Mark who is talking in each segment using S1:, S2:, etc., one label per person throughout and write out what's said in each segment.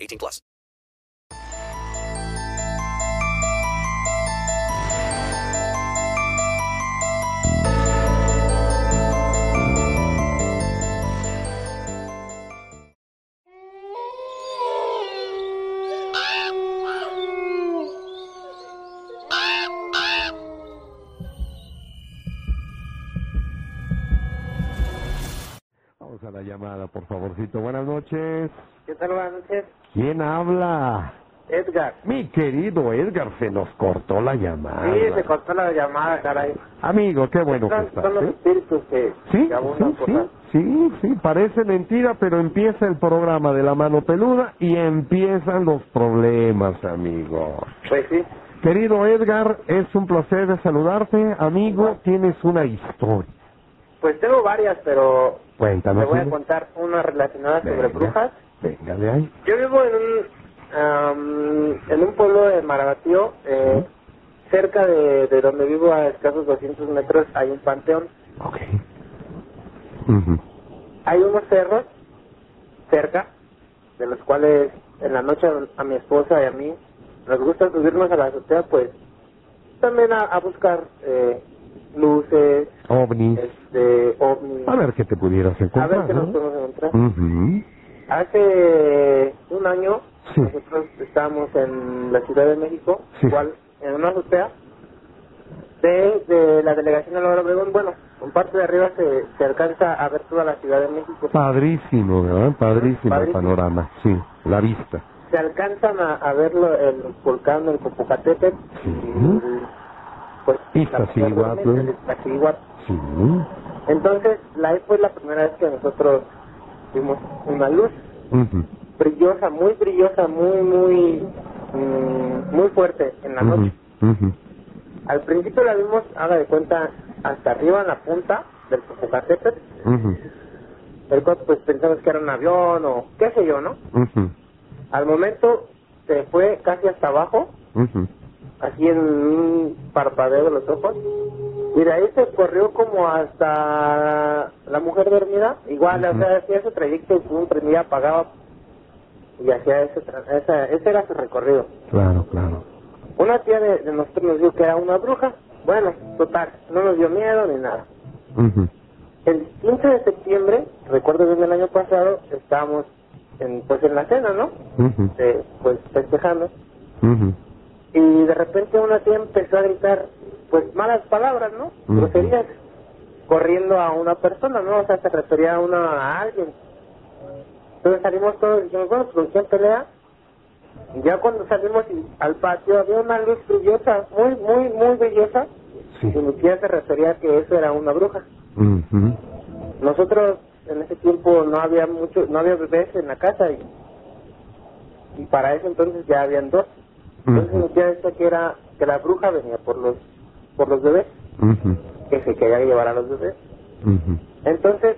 S1: 18 plus.
S2: Vamos a la llamada, por favorcito. Buenas noches.
S3: ¿Qué tal? Buenas noches.
S2: ¿Quién habla?
S3: Edgar.
S2: Mi querido Edgar, se nos cortó la llamada.
S3: Sí, se cortó la llamada, caray.
S2: Amigo, Ah, qué bueno que
S3: Son,
S2: estás.
S3: son los
S2: ¿eh?
S3: espíritus que,
S2: Sí,
S3: que abundan
S2: sí,
S3: por
S2: sí,
S3: la-
S2: sí, sí, parece mentira, pero empieza el programa de la mano peluda y empiezan los problemas, amigo.
S3: Pues sí.
S2: Querido Edgar, es un placer de saludarte. Amigo, tienes una historia.
S3: Pues tengo varias, pero
S2: Cuéntanos.
S3: te voy a
S2: amigo.
S3: contar una relacionada sobre
S2: Venga,
S3: brujas.
S2: Venga, de ahí.
S3: Yo vivo en un, am, en un pueblo de Maragatío, eh, cerca de, de donde vivo a escasos 200 metros hay un panteón.
S2: Ok. Ujú.
S3: Hay unos cerros cerca, de los cuales en la noche a mi esposa y a mí nos gusta subirnos a la azotea, pues también a, a buscar eh, luces,
S2: Ovnis.
S3: este, ovnis,
S2: A ver qué te pudieras
S3: a
S2: encontrar.
S3: ver qué nos
S2: ¿no? Mm.
S3: podemos encontrar.
S2: Ujú.
S3: Hace un año
S2: Sí.
S3: nosotros estábamos en la Ciudad de México,
S2: Sí.
S3: igual en una azotea de, de la delegación de Álvaro Obregón. Bueno, en parte de arriba se, se alcanza a ver toda la Ciudad de México.
S2: Ah, Padrísimo, ¿verdad? Padrísimo, el
S3: Padrísimo.
S2: panorama, sí, la vista.
S3: se alcanzan a, a ver lo- el volcán del Popocatépetl
S2: Sí.
S3: y pues
S2: Y
S3: la-
S2: Iztaccíhuatl.
S3: el Iztaccíhuatl.
S2: Sí,
S3: entonces la fue la primera vez que nosotros vimos una luz
S2: ujú,
S3: brillosa muy brillosa muy muy mm, muy fuerte en la noche
S2: ujú, ujú.
S3: al principio la vimos haga de cuenta hasta arriba en la punta del Popocatépetl
S2: Ujú,
S3: el cual pues pensamos que era un avión o qué sé yo no
S2: ujú,
S3: al momento se fue casi hasta abajo
S2: ujú.
S3: así en un parpadeo de los ojos. Y de ahí se corrió como hasta la mujer dormida. Igual, o sea, hacía ese trayecto y pum, prendía, apagaba. Y hacía ese, tra- esa- ese era su recorrido.
S2: Claro, claro.
S3: Una tía de, de nosotros nos dijo que era una bruja. Bueno, total, no nos dio miedo ni nada.
S2: Ujú,
S3: El 15 de septiembre, recuerdo bien el año pasado, estábamos en, pues en la cena, ¿no?
S2: ujú,
S3: Eh, pues festejando.
S2: ujú.
S3: Y de repente una tía empezó a gritar, pues malas palabras, ¿no?
S2: Ujú.
S3: Groserías, corriendo a una persona, ¿no? O sea, se refería a, una, a alguien. Entonces salimos todos y dijimos, bueno, pues, ¿con quién pelea? Y Ya cuando salimos y- al patio había una luz brillosa, muy, muy, muy brillosa.
S2: Sí.
S3: Y mi tía se refería a que eso era una bruja.
S2: ujú.
S3: Nosotros en ese tiempo no había mucho, no había bebés en la casa y, y para ese entonces ya habían dos. Entonces
S2: Ujú.
S3: mi tía decía que era que la bruja venía por los por los bebés,
S2: Ujú,
S3: que se quería llevar a los bebés.
S2: ujú.
S3: Entonces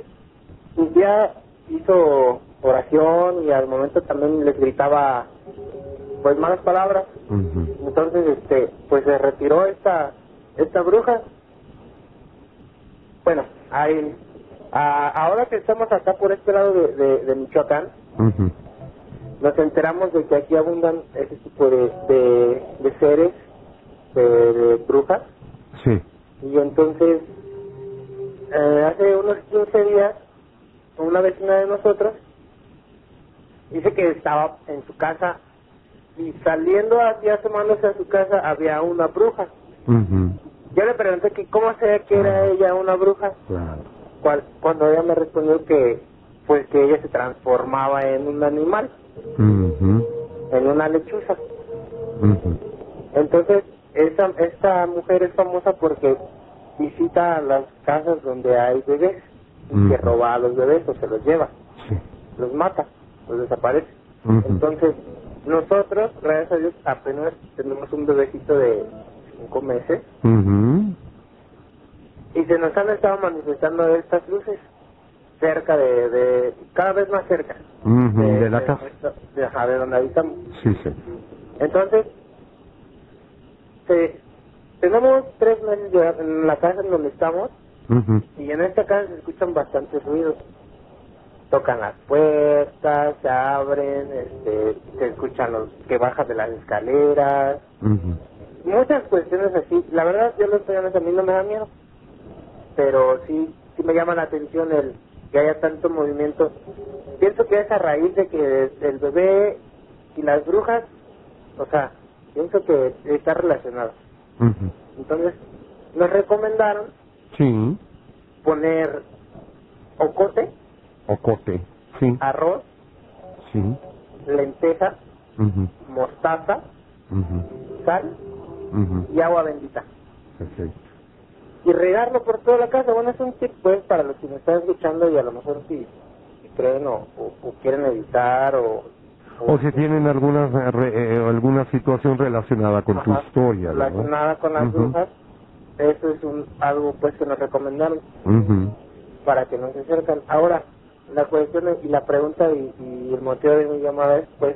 S3: mi tía hizo oración y al momento también les gritaba pues malas palabras.
S2: Ujú.
S3: Entonces este pues se retiró esta esta bruja. Bueno, ahí a- ahora que estamos acá por este lado de, de- de Michoacán,
S2: Ujú.
S3: nos enteramos de que aquí abundan ese tipo de, de, de seres, de, de brujas,
S2: Sí.
S3: y entonces eh, hace unos 15 días una vecina de nosotros Dice que estaba en su casa y saliendo hacia asomándose a su casa había una bruja.
S4: Ujú,
S3: Yo le pregunté que cómo sabía que era ella una bruja.
S4: claro.
S3: Cual- Cuando ella me respondió que pues que ella se transformaba en un animal,
S4: Ujú,
S3: en una lechuza.
S4: ujú.
S3: Entonces, esa, esta mujer es famosa porque visita las casas donde hay bebés y
S4: Mm.
S3: que roba a los bebés o se los lleva,
S4: Sí.
S3: los mata, los desaparece.
S4: Ujú.
S3: Entonces, nosotros, gracias a Dios, apenas tenemos un bebecito de cinco meses
S4: Ujú,
S3: y se nos han estado manifestando estas luces cerca de, de cada vez más cerca Eh,
S4: ujú, De la casa.
S3: de, ajá, de donde habitamos.
S4: Sí, sí.
S3: Entonces, te- tenemos tres meses ya en la casa en donde estamos
S4: Ujú,
S3: y en esta casa se escuchan bastantes ruidos. Tocan las puertas, se abren, este, se escuchan los que bajan de las escaleras,
S4: ujú.
S3: muchas cuestiones así. La verdad, yo los honesto, a mí no me da miedo, pero sí, sí me llama la atención el que haya tanto movimiento. Pienso que es a raíz de que el bebé y las brujas, o sea, pienso que está relacionado.
S4: Ujú.
S3: Entonces, nos recomendaron
S4: Sí.
S3: poner ocote,
S4: Ocote. Sí.
S3: arroz,
S4: Sí.
S3: lenteja,
S4: Ujú,
S3: mostaza,
S4: ujú,
S3: sal
S4: ujú.
S3: y agua bendita.
S4: Perfecto.
S3: y regarlo por toda la casa. Bueno, es un tip pues para los que me están escuchando y a lo mejor si si creen o, o- o quieren evitar o...
S4: O si tienen alguna, eh, re- eh, alguna situación relacionada con tu
S3: ajá,
S4: historia, ¿verdad?
S3: Relacionada con las
S4: Ujú.
S3: brujas, eso es un, algo pues que nos recomendaron
S4: Ujú.
S3: para que no se acercan. Ahora, la cuestión es- y la pregunta y, y el motivo de mi llamada es pues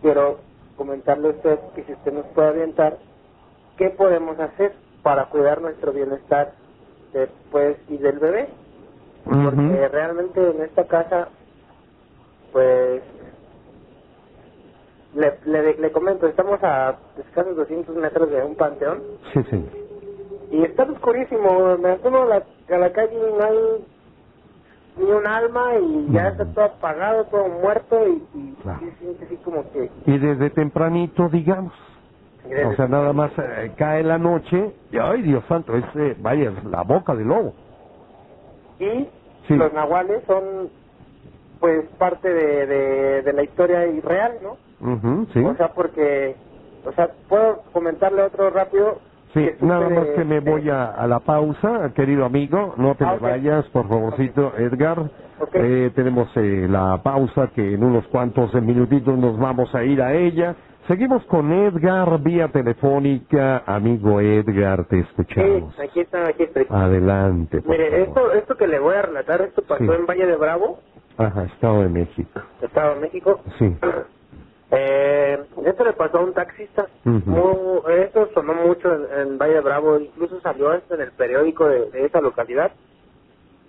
S3: quiero comentarle a usted que si usted nos puede orientar, ¿qué podemos hacer para cuidar nuestro bienestar después y del bebé? porque
S4: Ujú.
S3: Eh, realmente en esta casa, pues, le, le, le comento, estamos a escasos 200 metros de un panteón
S4: Sí, señor.
S3: y está oscurísimo, me asomo a la, a la calle y no hay ni un alma y ya está todo apagado, todo muerto y, y
S4: Claro.
S3: sí se siente así como que...
S4: Y desde tempranito, digamos. O sea, nada más eh, cae la noche y, ay, Dios santo, es, eh, vaya, es la boca del lobo.
S3: Y
S4: Sí.
S3: los nahuales son, pues, parte de, de, de la historia irreal, ¿no?
S4: Ujú, sí.
S3: O sea, porque, o sea, puedo comentarle otro rápido.
S4: Sí,
S3: Que este, supe
S4: nada más
S3: de-
S4: que me
S3: de-
S4: voy a, a la pausa, querido amigo, no te
S3: Ah,
S4: me
S3: ok.
S4: vayas, por favorcito, Edgar.
S3: Ok.
S4: Eh, tenemos eh, la pausa que en unos cuantos eh, minutitos nos vamos a ir a ella. Seguimos con Edgar vía telefónica. Amigo Edgar, te
S3: Sí,
S4: escuchamos.
S3: aquí está, aquí estoy.
S4: Adelante. Ah, por
S3: Mire,
S4: favor.
S3: esto, esto que le voy a relatar, esto pasó
S4: Sí.
S3: en Valle de Bravo,
S4: Ajá, Estado de México.
S3: Estado de México.
S4: Sí.
S3: Eh, esto le pasó a un taxista.
S4: Ujú.
S3: Mu- esto sonó mucho en, en Valle de Bravo, incluso salió hasta en el periódico de, de esa localidad.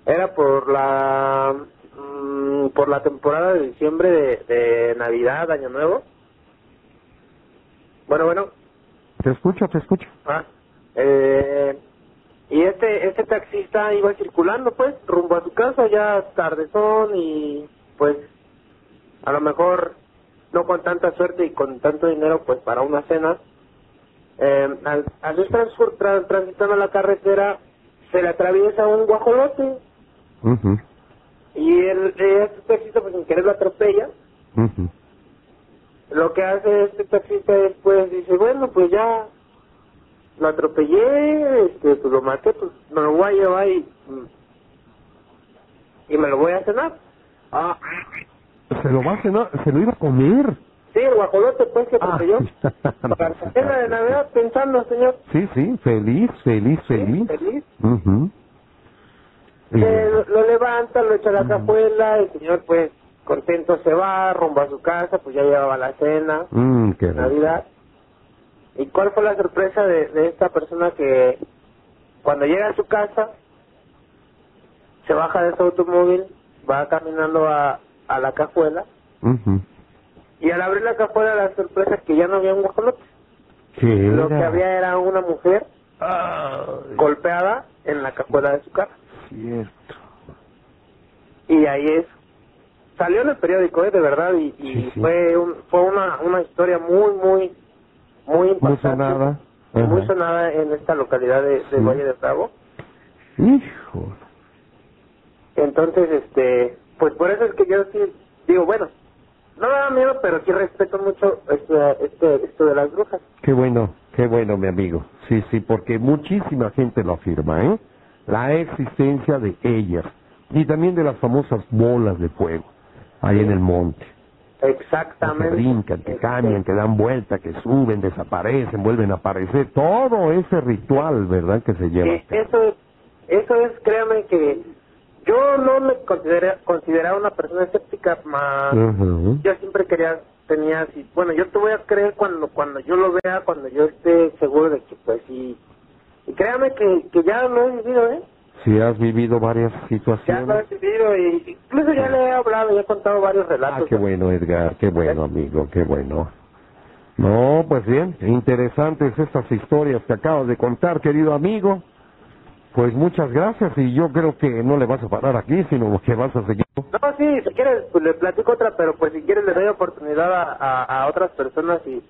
S3: Era por la mm, por la temporada de diciembre de, de Navidad, Año Nuevo. Bueno, bueno,
S4: Te escucho, te escucho.
S3: Ah, eh, y este este taxista iba circulando, pues, rumbo a su casa, ya tardezón y, pues, a lo mejor no con tanta suerte y con tanto dinero, pues, para una cena. Eh, al, al ir transfur- tra- transitando la carretera, se le atraviesa un guajolote
S4: Ujú,
S3: y el, este taxista, pues, sin querer lo atropella.
S4: ujú.
S3: lo que hace este taxista después dice bueno pues ya lo atropellé este pues lo maté pues me lo voy a llevar y y me lo voy a cenar ah
S4: Se lo va a cenar, se lo iba a comer.
S3: sí el guajolote pues que
S4: Ah.
S3: atropelló para la cena de navidad pensando señor ¿eh?
S4: Sí, sí, feliz, feliz, feliz.
S3: feliz.
S4: Ujú. Y-
S3: Eh, lo- lo levanta lo echa a la cajuela el señor pues contento se va rumbo a su casa pues ya llevaba la cena
S4: Mm, qué rico.
S3: Navidad. ¿Y cuál fue la sorpresa de, de esta persona que cuando llega a su casa, se baja de su automóvil, va caminando a, a la cajuela,
S4: Ujú.
S3: y al abrir la cajuela la sorpresa es que ya no había un guajolote.
S4: ¿Qué
S3: Lo que
S4: era?
S3: había era una mujer
S4: Ay,
S3: golpeada en la cajuela de su casa.
S4: cierto.
S3: Y ahí es salió en el periódico, ¿eh? de verdad, y, y
S4: Sí, sí.
S3: fue un, fue una, una historia muy, muy, muy
S4: Muy
S3: impactante.
S4: sonada.
S3: y Muy
S4: Ajá.
S3: sonada en esta localidad de, de
S4: Sí.
S3: Valle de Bravo.
S4: Hijo.
S3: Entonces, este, pues por eso es que yo sí digo, bueno, no me da miedo, pero sí respeto mucho este, este, esto de las brujas.
S4: Qué bueno, qué bueno, mi amigo. Sí, sí, porque muchísima gente lo afirma, ¿eh? La existencia de ellas y también de las famosas bolas de fuego ahí en el monte. Que
S3: Exactamente. Este,
S4: brincan, que cambian, que dan vuelta, que suben, desaparecen, vuelven a aparecer. Todo ese ritual, ¿verdad? Que se lleva.
S3: Eh, eso, eso es, créame que yo no me considera, consideraba una persona escéptica, más
S4: Ujú.
S3: yo siempre quería, tenía así, bueno, yo te voy a creer cuando cuando yo lo vea, cuando yo esté seguro de que pues sí. Y créame que, que ya lo he vivido, ¿eh?
S4: Si has vivido varias
S3: Ya lo he
S4: situaciones.
S3: vivido y incluso ya le he hablado, ya he contado varios relatos.
S4: Ah, qué bueno, Edgar, qué bueno, amigo, qué bueno. No, pues bien, interesantes estas historias que acabas de contar, querido amigo. Pues muchas gracias y yo creo que no le vas a parar aquí, sino que vas a seguir.
S3: No, sí, si quieres, pues le platico otra, pero pues si quieres le doy oportunidad a, a, a otras personas y,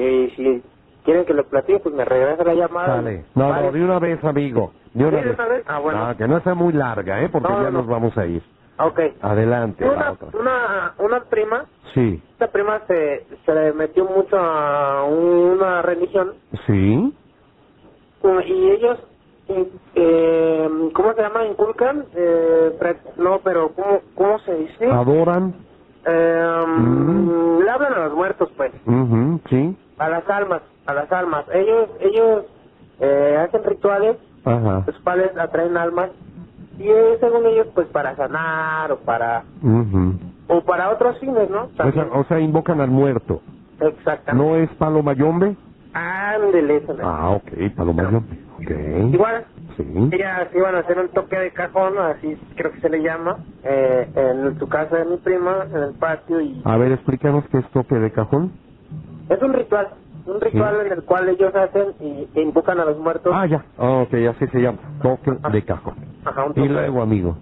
S3: y si quieren que le platique, pues me regresa la llamada.
S4: Dale. No,
S3: Vale.
S4: no, de una vez, amigo. De una
S3: ¿Sí, de
S4: vez.
S3: una vez? Ah, bueno.
S4: que no sea muy larga, ¿eh? Porque
S3: No,
S4: ya
S3: no.
S4: nos vamos a ir.
S3: Ok.
S4: Adelante, Ah, la
S3: Una,
S4: otra.
S3: una, una prima,
S4: Sí,
S3: esta prima se, se le metió mucho a una religión
S4: sí.
S3: y ellos, in- eh, ¿cómo se llama? Inculcan, eh, pre- no, pero ¿cómo, cómo se dice?
S4: Ah, Adoran.
S3: Eh,
S4: Mm.
S3: Le hablan a los muertos, pues.
S4: Ujú, sí.
S3: A las almas, a las almas. Ellos, ellos eh, hacen rituales,
S4: Ajá.
S3: los cuales atraen almas y eh, según ellos, pues para sanar o para
S4: Ujú.
S3: o para otros fines, ¿no?
S4: O sea,
S3: También.
S4: o sea, invocan al muerto.
S3: Exactamente.
S4: ¿No es Palo Mayombe?
S3: Ándele, esa es.
S4: Ah, ¿Mm? ok, Paloma Mayombe. Ok.
S3: Igual,
S4: Sí.
S3: ellas iban a hacer un toque de cajón, así creo que se le llama, eh, en su casa de mi prima, en el patio y
S4: A ver, explícanos qué es toque de cajón.
S3: es un ritual, un ritual
S4: ¿Mm?
S3: en el cual ellos hacen y e invocan a los muertos.
S4: Ah, ya. Ah, ok, así se llama. Toque de cajón.
S3: Ajá, un toque.
S4: Y luego, amigo.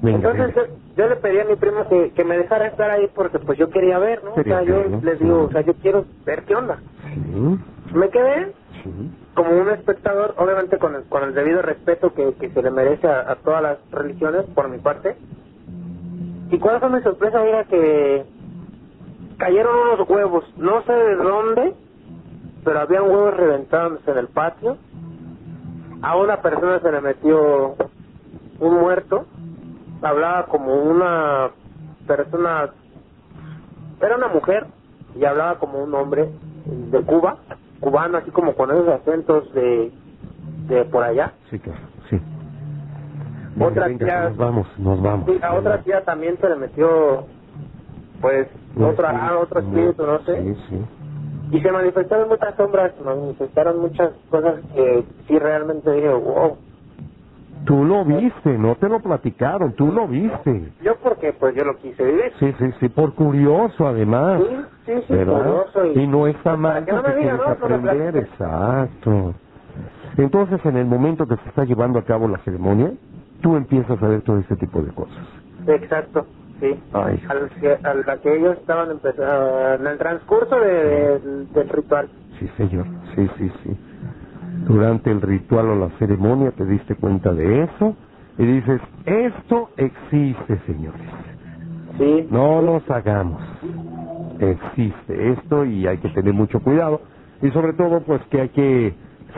S4: Venga,
S3: Entonces
S4: venga.
S3: yo- yo le pedí a mi prima que, que me dejara estar ahí porque pues yo quería ver, ¿no?
S4: Quería
S3: o sea, yo
S4: ver, ¿no?
S3: les digo,
S4: Sí.
S3: o sea, yo quiero ver qué onda.
S4: Sí,
S3: Me quedé
S4: sí.
S3: como un espectador, obviamente con el, con el debido respeto que, que se le merece a, a todas las religiones por mi parte. Y cuál fue mi sorpresa era que cayeron unos huevos, no sé de dónde, pero habían huevos reventándose en el patio. A una persona se le metió un muerto, hablaba como una persona, era una mujer y hablaba como un hombre de Cuba, cubano, así como con esos acentos de, de por allá.
S4: Sí, claro. Sí. Venga,
S3: Otra
S4: venga,
S3: tía-
S4: Nos vamos, nos vamos.
S3: Sí, a otra tía también se le metió, pues, otra, ah, otro espíritu, no sé.
S4: Sí, sí.
S3: Y se manifestaron muchas sombras, se manifestaron muchas cosas que sí realmente dije, wow.
S4: Tú lo viste, no te lo platicaron, tú lo viste.
S3: Yo porque, pues, yo lo quise vivir.
S4: Sí, sí, sí, por curioso además.
S3: Sí, sí, sí,
S4: ¿verdad?
S3: curioso y-
S4: Y no está mal
S3: Para que no me
S4: porque
S3: digan,
S4: quieres
S3: ¿no? Por la
S4: aprender,
S3: plática.
S4: exacto. Entonces, en el momento que se está llevando a cabo la ceremonia, tú empiezas a ver todo este tipo de cosas.
S3: Exacto, sí.
S4: Ay.
S3: Al que, a la que ellos estaban empezando, ah, en el transcurso de, de- del ritual.
S4: Sí, señor, sí, sí, sí. Durante el ritual o la ceremonia te diste cuenta de eso y dices, esto existe, señores.
S3: Sí,
S4: No nos hagamos. Existe esto y hay que tener mucho cuidado. Y sobre todo, pues que hay que,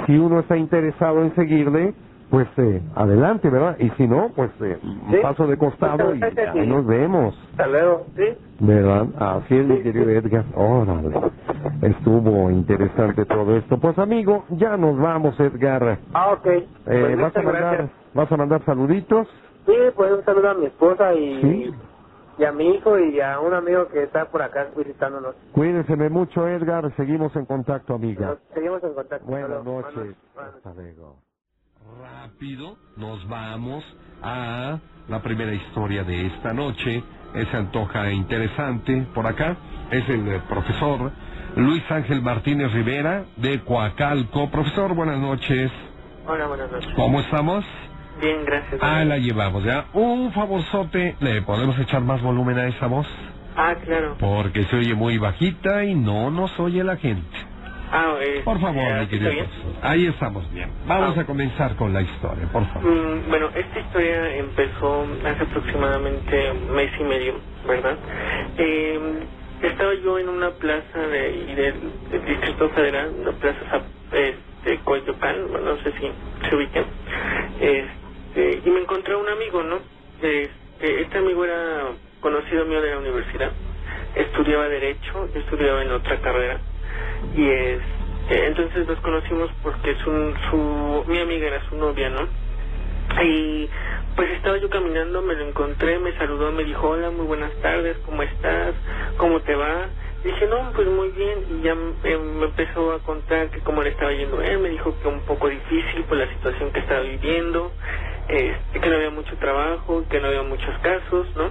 S4: si uno está interesado en seguirle, pues eh, adelante, ¿verdad? Y si no, pues eh,
S3: Sí.
S4: paso de costado y
S3: Sí.
S4: ahí nos vemos.
S3: hasta luego, sí.
S4: ¿Verdad? Así es, mi querido Edgar. Órale. Estuvo interesante todo esto. Pues amigo, ya nos vamos, Edgar. Eh,
S3: Ah, ok. Pues
S4: ¿vas,
S3: muchas
S4: a mandar,
S3: gracias.
S4: ¿Vas a mandar saluditos?
S3: Sí, pues un saludo a mi esposa y,
S4: Sí.
S3: y a mi hijo y a un amigo que está por acá visitándonos.
S4: Cuídeseme mucho, Edgar. Seguimos en contacto, amiga.
S3: Seguimos en contacto.
S4: Buenas
S3: Hasta luego.
S4: noches.
S3: Buenas noches.
S4: Hasta luego. Rápido, nos vamos a la primera historia de esta noche. Eh, Se antoja interesante por acá. Es el eh, profesor Luis Ángel Martínez Rivera de Coacalco. Profesor, buenas noches.
S3: Hola, buenas noches.
S4: ¿Cómo estamos?
S3: Bien, gracias.
S2: Ah, la llevamos, ¿ya? Un favorzote, ¿le podemos echar más volumen a esa voz?
S3: Ah, claro.
S2: Porque se oye muy bajita y no nos oye la gente.
S3: Ah, eh,
S2: Por favor,
S3: eh,
S2: mi
S3: ¿está
S2: querido
S3: bien? Ah.
S2: Watson. Ahí estamos bien. Vamos a comenzar con la historia, por favor.
S3: Mm, Bueno, esta historia empezó hace aproximadamente un mes y medio, ¿verdad? Eh, estaba yo en una plaza de, y del, del Distrito Federal, una plaza Zap- este, Coyoacán, bueno, no sé si se ubican, este, y me encontré a un amigo, ¿no? Este, este amigo era conocido mío de la universidad, estudiaba Derecho, yo estudiaba en otra carrera, y este, entonces nos conocimos porque su, su, mi amiga era su novia, ¿no? Y pues estaba yo caminando, me lo encontré, me saludó, me dijo, hola, muy buenas tardes, ¿cómo estás? ¿Cómo te va? Dije, no, pues muy bien. Y ya eh, me empezó a contar que cómo le estaba yendo a él, me dijo que un poco difícil por la situación que estaba viviendo, este, que no había mucho trabajo, que no había muchos casos, ¿no?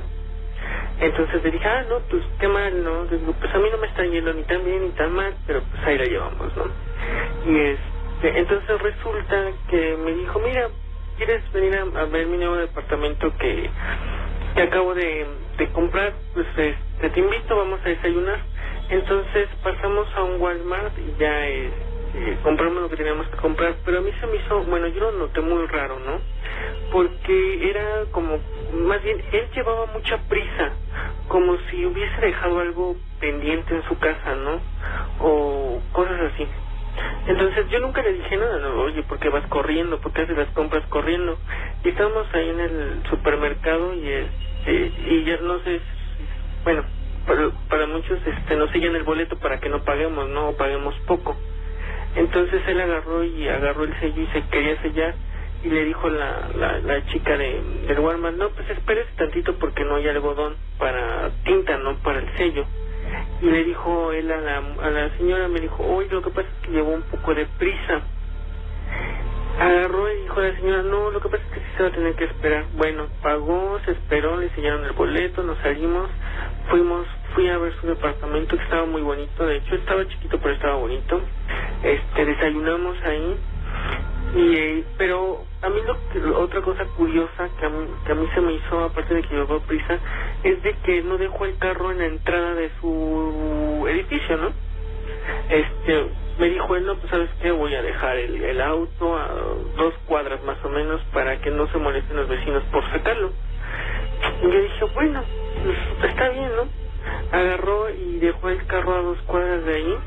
S3: Entonces le dije, ah, no, pues qué mal, ¿no? Le digo, pues a mí no me está yendo ni tan bien ni tan mal, pero pues ahí la llevamos, ¿no? Y este, entonces resulta que me dijo, mira, ¿quieres venir a, a ver mi nuevo departamento que, que acabo de, de comprar? Pues este, te invito, vamos a desayunar. Entonces pasamos a un Walmart y ya este, compramos lo que teníamos que comprar, pero a mí se me hizo, bueno, yo lo noté muy raro, ¿no? Porque era como, más bien, él llevaba mucha prisa, como si hubiese dejado algo pendiente en su casa, ¿no? O cosas así. Entonces yo nunca le dije nada, no, oye, ¿por qué vas corriendo? ¿Por qué haces las compras corriendo? Y estábamos ahí en el supermercado y este, y ya no sé, si- bueno, para, para muchos este nos sellan el boleto para que no paguemos, ¿no? O paguemos poco. Entonces él agarró y agarró el sello y se quería sellar y le dijo la, la, la chica de, del Walmart, no, pues espérese tantito porque no hay algodón para tinta, no para el sello. Y le dijo él a la, a la señora, me dijo, oye, lo que pasa es que llevó un poco de prisa. Agarró y dijo a la señora, no, lo que pasa es que sí se va a tener que esperar. Bueno, pagó, se esperó, le enseñaron el boleto, nos salimos, fuimos, fui a ver su departamento que estaba muy bonito, de hecho estaba chiquito pero estaba bonito. Este, desayunamos ahí. Y, eh, pero a mí lo, que- lo- otra cosa curiosa que a, mí, que a mí se me hizo, aparte de que llevaba prisa, es de que no dejó el carro en la entrada de su edificio, ¿no? Este, me dijo él, no, pues sabes qué, voy a dejar el, el auto a dos cuadras más o menos para que no se molesten los vecinos por sacarlo. Y yo dije, bueno, pues, está bien, ¿no? Agarró y dejó el carro a dos cuadras de ahí.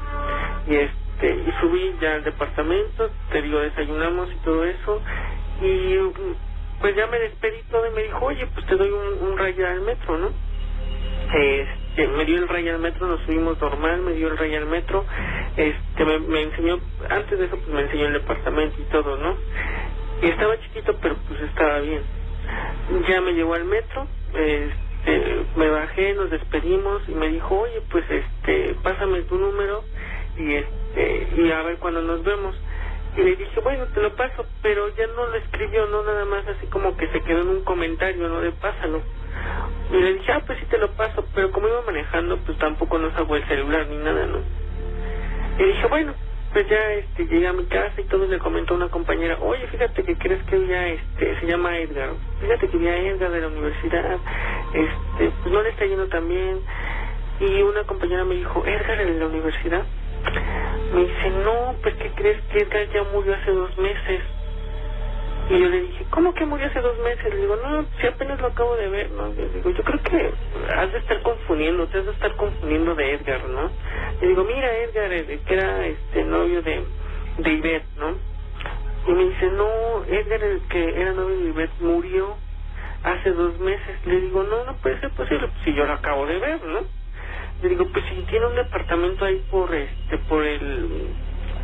S3: Y este, y subí ya al departamento, te digo, desayunamos y todo eso. Y pues ya me despedí todo y me dijo, oye, pues te doy un, un raya al metro, ¿no? Este, me dio el rey al metro, nos subimos normal, me dio el rey al metro, este, me, me enseñó, antes de eso pues, me enseñó el departamento y todo, ¿no? Y estaba chiquito, pero pues estaba bien. Ya me llevó al metro, este, me bajé, nos despedimos y me dijo, oye, pues este, pásame tu número y este, y a ver cuándo nos vemos. Y le dije, bueno, te lo paso, pero ya no lo escribió, no nada más así como que se quedó en un comentario, no de pásalo. Y le dije, ah, pues sí te lo paso, pero como iba manejando, pues tampoco nos hago el celular ni nada, ¿no? Y dije, bueno, pues ya este, llegué a mi casa y todo le comentó a una compañera, oye, fíjate que crees que ya, este, se llama Edgar, fíjate que vi a Edgar de la universidad, este, pues no le está yendo tan bien. Y una compañera me dijo, Edgar de la universidad. Me dice, no, pues ¿qué crees que Edgar ya murió hace dos meses? Y yo le dije, ¿cómo que murió hace dos meses? Le digo, no, si apenas lo acabo de ver, ¿no? Le digo, yo creo que has de estar confundiendo, te has de estar confundiendo de Edgar, ¿no? Le digo, mira, Edgar, eh, que era este novio de, de Ivette, ¿no? Y me dice, no, Edgar, el que era novio de Ivette, murió hace dos meses. Le digo, no, no puede ser posible, pues, si yo lo acabo de ver, ¿no? Le digo, pues si tiene un departamento ahí por este, por el,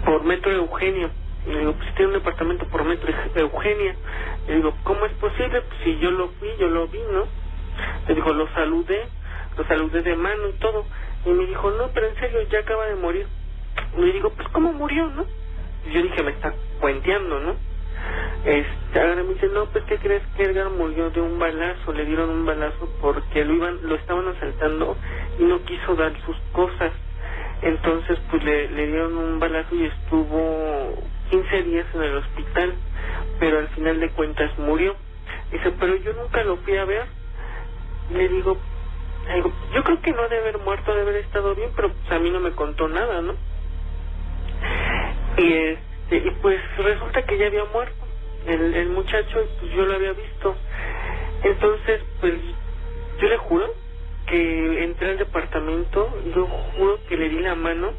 S3: por Metro Eugenio. Le digo, pues tiene un departamento por Metro Eugenia. Le digo, ¿cómo es posible? Pues si yo lo fui, yo lo vi, ¿no? Le digo, lo saludé, lo saludé de mano y todo. Y me dijo, no, pero en serio, ya acaba de morir. Le digo, pues ¿cómo murió, no? Y yo dije, me está cuenteando, ¿no? Este, ahora me dice, no, pues ¿qué crees que Edgar murió de un balazo? Le dieron un balazo porque lo iban, lo estaban asaltando y no quiso dar sus cosas. Entonces, pues le, le dieron un balazo y estuvo 15 días en el hospital. pero al final de cuentas murió. Dice, pero yo nunca lo fui a ver. Le digo, le digo, yo creo que no de haber muerto, de haber estado bien, pero pues, a mí no me contó nada, ¿no? Y, este, y pues resulta que ya había muerto el, el muchacho y pues yo lo había visto. Entonces, pues yo le juro que entré al departamento, yo juro que le di la mano,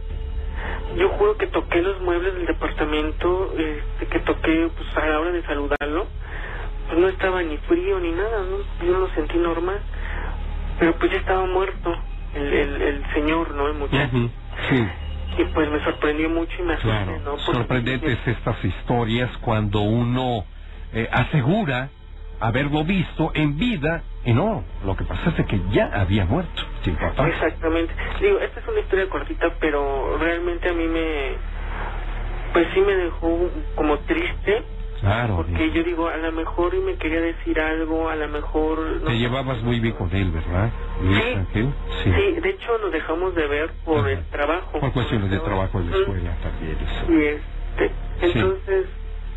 S3: yo juro que toqué los muebles del departamento, este, que toqué pues a la hora de saludarlo, pues no estaba ni frío ni nada, ¿no? yo lo sentí normal, pero pues ya estaba muerto el, el, el señor, ¿no? El muchacho.
S4: Ujú, Sí.
S3: Y pues me sorprendió mucho y me asusté,
S4: Claro,
S3: ¿no? Porque-
S4: sorprendentes estas historias cuando uno eh, asegura haberlo visto en vida y no, lo que pasa es que ya había muerto tiempo atrás.
S3: Exactamente. Digo, esta es una historia cortita, pero realmente a mí me... Pues sí me dejó como triste,
S4: Claro,
S3: porque yo digo, a lo mejor y me quería decir algo, a lo mejor... no
S4: te
S3: sé.
S4: llevabas muy bien con él, ¿verdad? Luis
S3: Sí.
S4: Ángel, sí.
S3: Sí, de hecho nos dejamos de ver por
S4: Ajá.
S3: el trabajo.
S4: Por cuestiones de trabajo en la
S3: Mm.
S4: escuela también. eso.
S3: Y este, entonces,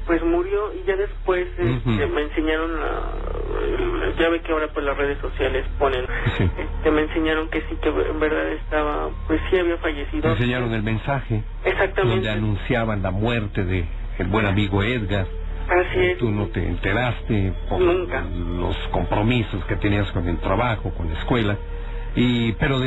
S3: pues murió y ya después este,
S4: Ujú.
S3: me enseñaron, la- ya ve que ahora pues las redes sociales ponen,
S4: Sí.
S3: este, me enseñaron que sí que en verdad estaba, pues sí había fallecido.
S4: Te enseñaron el mensaje donde
S3: Exactamente.
S4: anunciaban la muerte de el buen amigo Edgar.
S3: Así es.
S4: Tú no te enteraste por
S3: Nunca.
S4: los compromisos que tenías con el trabajo, con la escuela. Y, pero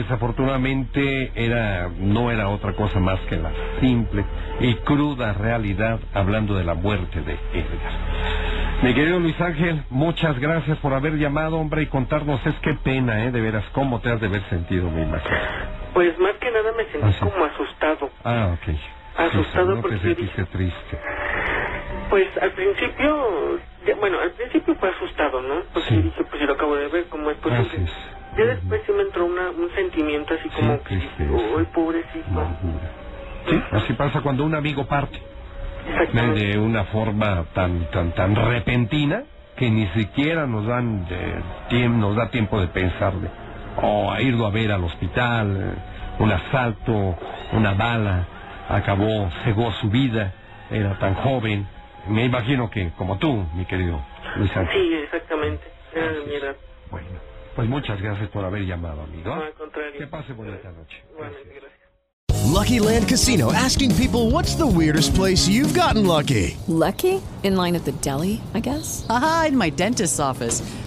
S4: desafortunadamente era, no era otra cosa más que la simple y cruda realidad hablando de la muerte de Edgar. Mi querido Luis Ángel, muchas gracias por haber llamado, hombre, y contarnos es qué pena, ¿eh? De veras, cómo te has de haber sentido, me imagino.
S3: Pues más que nada me sentí
S4: Así.
S3: como asustado.
S4: Ah, ok.
S3: Asustado
S4: Sí, no
S3: porque
S4: te
S3: yo
S4: sentiste
S3: dije-
S4: triste.
S3: Pues al principio, ya- bueno, al principio fue asustado, ¿no? Pues
S4: Sí.
S3: yo dije, pues yo lo acabo de ver, ¿cómo es posible?
S4: Así es.
S3: Ya después sí me entró una, un sentimiento así
S4: Sí,
S3: como que,
S4: tristeza.
S3: uy, pobrecito.
S4: Amargura. Sí, así pasa cuando un amigo parte de
S3: Exactamente.
S4: de una forma tan tan tan repentina que ni siquiera nos dan eh, tiemp- nos da tiempo de pensarle o a irlo a ver al hospital, eh, un asalto, una bala, acabó, cegó su vida, era tan joven. Me imagino que como tú, mi querido Luis Ángel.
S3: Sí, exactamente. Era de mi edad.
S4: Bueno, pues muchas gracias por haber llamado, amigo.
S3: No, al contrario.
S4: Que pase bonita noche.
S3: Igualmente, gracias.
S5: Lucky Land Casino asking people what's the weirdest place you've gotten lucky?
S6: Lucky? In line at the deli, I guess?
S7: Aha, in my dentist's office.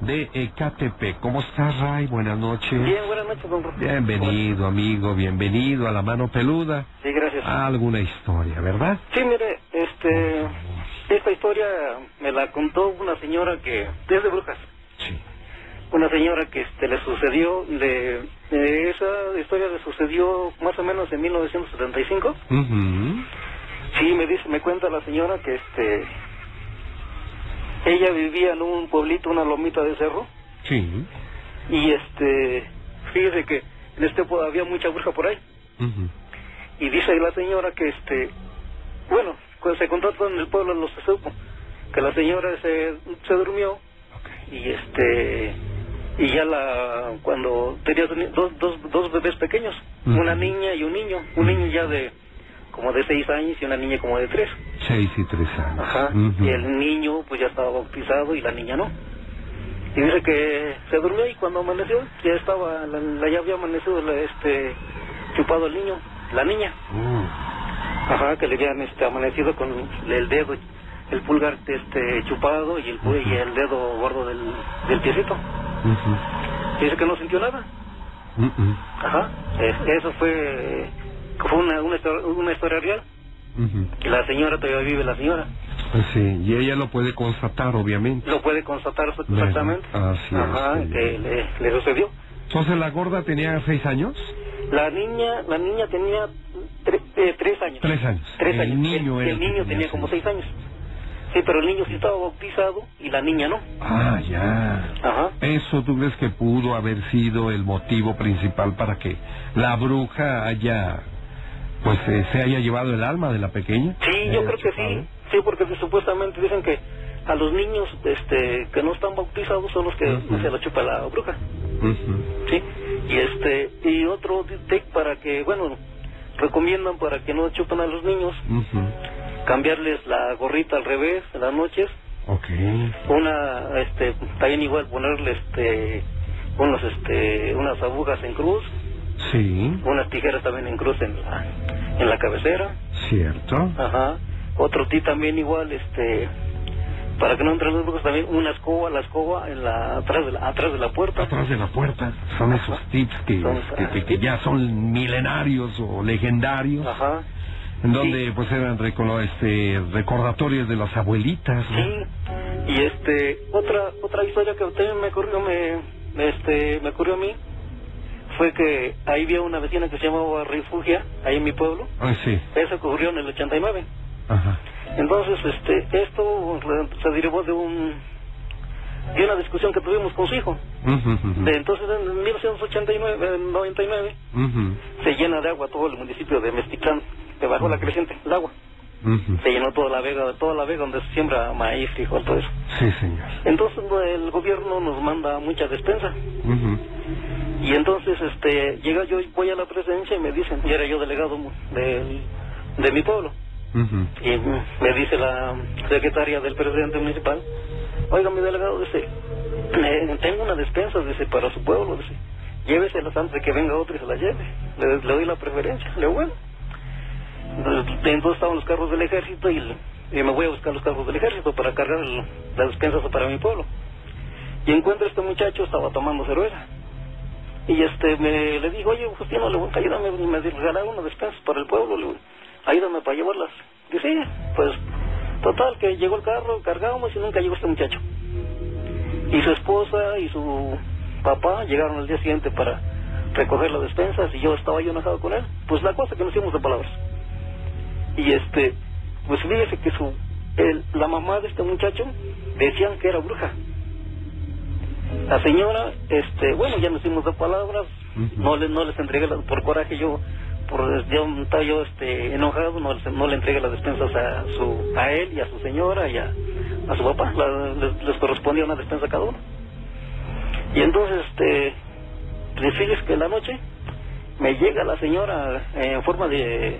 S4: de Ecatepec. ¿Cómo estás, Ray? Buenas noches.
S3: Bien, buenas noches, don Rufo.
S4: Bienvenido, amigo, bienvenido a la mano peluda.
S3: Sí, gracias.
S4: Alguna historia, ¿verdad?
S3: Sí, mire, este, esta historia me la contó una señora que es de Brujas.
S4: Sí.
S3: Una señora que este, le sucedió, le, eh, esa historia le sucedió más o menos en 1975.
S4: Ujú.
S3: Sí, me dice, me cuenta la señora que este, ella vivía en un pueblito, una lomita de cerro,
S4: Sí.
S3: y este, fíjese que en este pueblo había mucha bruja por ahí.
S4: Ujú.
S3: Y dice la señora que este, bueno, cuando se contrató en el pueblo no se supo, que la señora se, se durmió y este, y ya la, cuando tenía teni- dos, dos, dos bebés pequeños,
S4: Ujú.
S3: una niña y un niño, un niño ya de como de seis años y una niña como de tres.
S4: Seis y tres años.
S3: Ajá.
S4: Ujú.
S3: Y el niño pues ya estaba bautizado y la niña no. Y dice que se durmió y cuando amaneció ya estaba, la, la- ya había amanecido la- este, chupado el niño, la niña.
S4: Mm.
S3: Ajá, que le habían este, amanecido con el dedo, el pulgar este, chupado y el, pu- y el dedo gordo del, del piecito.
S4: Ujú.
S3: Y dice que no sintió nada.
S4: Mm-mm.
S3: Ajá. Es- eso fue, fue una, una, histor- una historia real.
S4: Ujú.
S3: Y la señora todavía vive, la señora.
S4: Ah, Sí, y ella lo puede constatar, obviamente.
S3: Lo puede constatar
S4: Bueno,
S3: exactamente.
S4: así es,
S3: Ajá,
S4: sí.
S3: que le, le sucedió.
S4: Entonces, ¿la gorda tenía seis años?
S3: La niña, la niña tenía tre- eh, tres años.
S4: Tres años.
S3: Tres
S4: El
S3: años.
S4: niño
S3: el,
S4: era el que
S3: niño
S4: tenía
S3: tenía como
S4: seis.
S3: seis años. Sí, pero el niño sí estaba bautizado y la niña no.
S4: Ah, ya.
S3: Ajá.
S4: ¿Eso tú crees que pudo haber sido el motivo principal para que la bruja haya, pues eh, se haya llevado el alma de la pequeña?
S3: Sí, yo creo que sí. Sí, porque supuestamente dicen que a los niños este, que no están bautizados son los que se la chupa la bruja. Sí. Y este y otro tip para que, bueno, recomiendan para que no chupen a los niños, cambiarles la gorrita al revés en las noches.
S4: Ok.
S3: Una, este, también igual ponerle este, unos, este, unas agujas en cruz,
S4: Sí,
S3: unas tijeras también en cruz en la, en la cabecera.
S4: cierto.
S3: Ajá. Otro ti también igual, este, para que no entren los brujos también una escoba, la escoba en la atrás de la, atrás de la puerta.
S4: Atrás de la puerta son esos tips que,
S3: Son-
S4: que, que- que ya son milenarios o legendarios,
S3: Ajá.
S4: en donde pues eran recono- este, recordatorios de las abuelitas. ¿no?
S3: Sí. Y este, otra otra historia que también me ocurrió me este me ocurrió a mí fue que ahí había una vecina que se llamaba Refugia, ahí en mi pueblo.
S4: Ah, sí.
S3: Eso ocurrió en el 89.
S4: Ajá.
S3: Entonces, este, esto se derivó de un de una discusión que tuvimos con su hijo.
S4: Ujú, ujú,
S3: De entonces en 1989, en 99
S4: ujú,
S3: se llena de agua todo el municipio de Mexicán, que bajó la creciente, el agua.
S4: ujú.
S3: Se llenó toda la vega, toda la vega donde se siembra maíz, frijol, todo eso.
S4: Sí, señor.
S3: Entonces el gobierno nos manda mucha despensa.
S4: Ujú.
S3: Y entonces este llega yo voy a la presidencia y me dicen, y era yo delegado de, de mi pueblo.
S4: Ujú.
S3: Y me dice la secretaria del presidente municipal, oiga mi delegado, dice, "eh, tengo una despensa, dice, para su pueblo, dice, lléveselas antes de que venga otro y se la lleve, le, le doy la preferencia, le digo, bueno. Entonces estaban los carros del ejército y, y me voy a buscar los carros del ejército para cargar el- las despensas para mi pueblo. Y encuentro a este muchacho, estaba tomando cerveza. Y este me le digo, oye, Justino, le voy a ayudarme, me regalaron una despensa para el pueblo, le digo, ayúdame para llevarlas. Dice, sí, pues, total, que llegó el carro, cargábamos y nunca llegó este muchacho. Y su esposa y su papá llegaron al día siguiente para recoger las despensas y yo estaba yo enojado con él. Pues la cosa que nos hicimos de palabras. Y este, pues fíjese que su, el- la mamá de este muchacho decían que era bruja. La señora, este, bueno, ya nos hicimos de palabras, no les, no les entregué la- por coraje yo, por ya estaba yo este, enojado, no, les- no le entregué las despensas a su, a él y a su señora y a, a su papá, La- les, les correspondía una despensa a cada uno. Y entonces, este, pues, fíjese que en la noche me llega la señora eh, en forma de,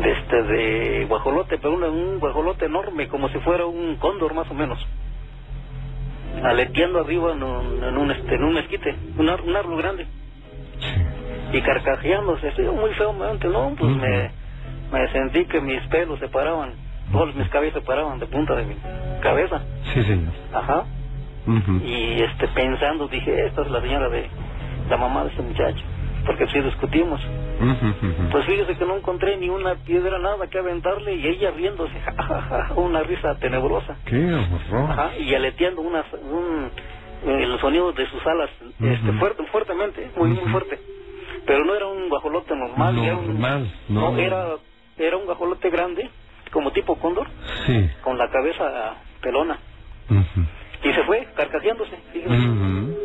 S3: de este, de guajolote, pero una- un guajolote enorme, como si fuera un cóndor más o menos aleteando arriba en un, en un, este, en un mezquite, un, ar- un árbol grande. Y carcajeándose, estoy muy feo antes, ¿no? Pues me, me sentí que mis pelos se paraban, todos mis cabellos se paraban de punta de mi cabeza.
S4: Sí, señor.
S3: Ajá.
S4: Ujú.
S3: Y este, pensando, dije, esta es la señora de la mamá de este muchacho, porque sí discutimos.
S4: Ujú, ujú.
S3: Pues fíjese que no encontré ni una piedra, nada que aventarle, y ella riéndose, una risa tenebrosa.
S4: Qué horror.
S3: Ajá, y aleteando unas, un, eh, los sonidos de sus alas este,
S4: Ujú.
S3: fuerte, fuertemente, muy, muy fuerte. Pero no era un guajolote normal, era un-
S4: Normal, no.
S3: era, era un guajolote grande, como tipo cóndor,
S4: Sí.
S3: con la cabeza pelona.
S4: Ujú.
S3: Y se fue, carcajeándose. fíjese.
S4: Ujú.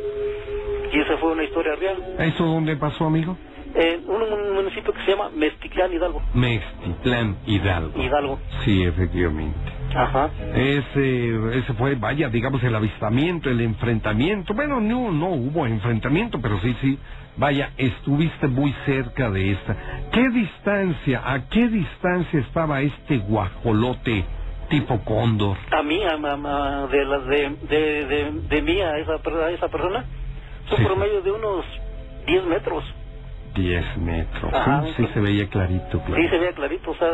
S3: Y esa fue una historia real.
S4: ¿Eso dónde pasó, amigo?
S3: En un, un municipio que se llama Mexicán Hidalgo.
S4: Mextitlán Hidalgo.
S3: Hidalgo.
S4: Sí, efectivamente.
S3: Ajá.
S4: Ese, ese fue, vaya, digamos, el avistamiento, el enfrentamiento. Bueno, no, no hubo enfrentamiento, pero sí, sí. Vaya, estuviste muy cerca de esta. ¿Qué distancia, a qué distancia estaba este guajolote tipo cóndor?
S3: A mí, a, a- a- de, la, de, de, de, de mí a esa, per- a esa persona, su
S4: Sí.
S3: promedio de unos 10 metros.
S4: Diez metros.
S3: Ajá.
S4: Sí, se veía clarito, claro.
S3: Sí, se veía clarito, o sea,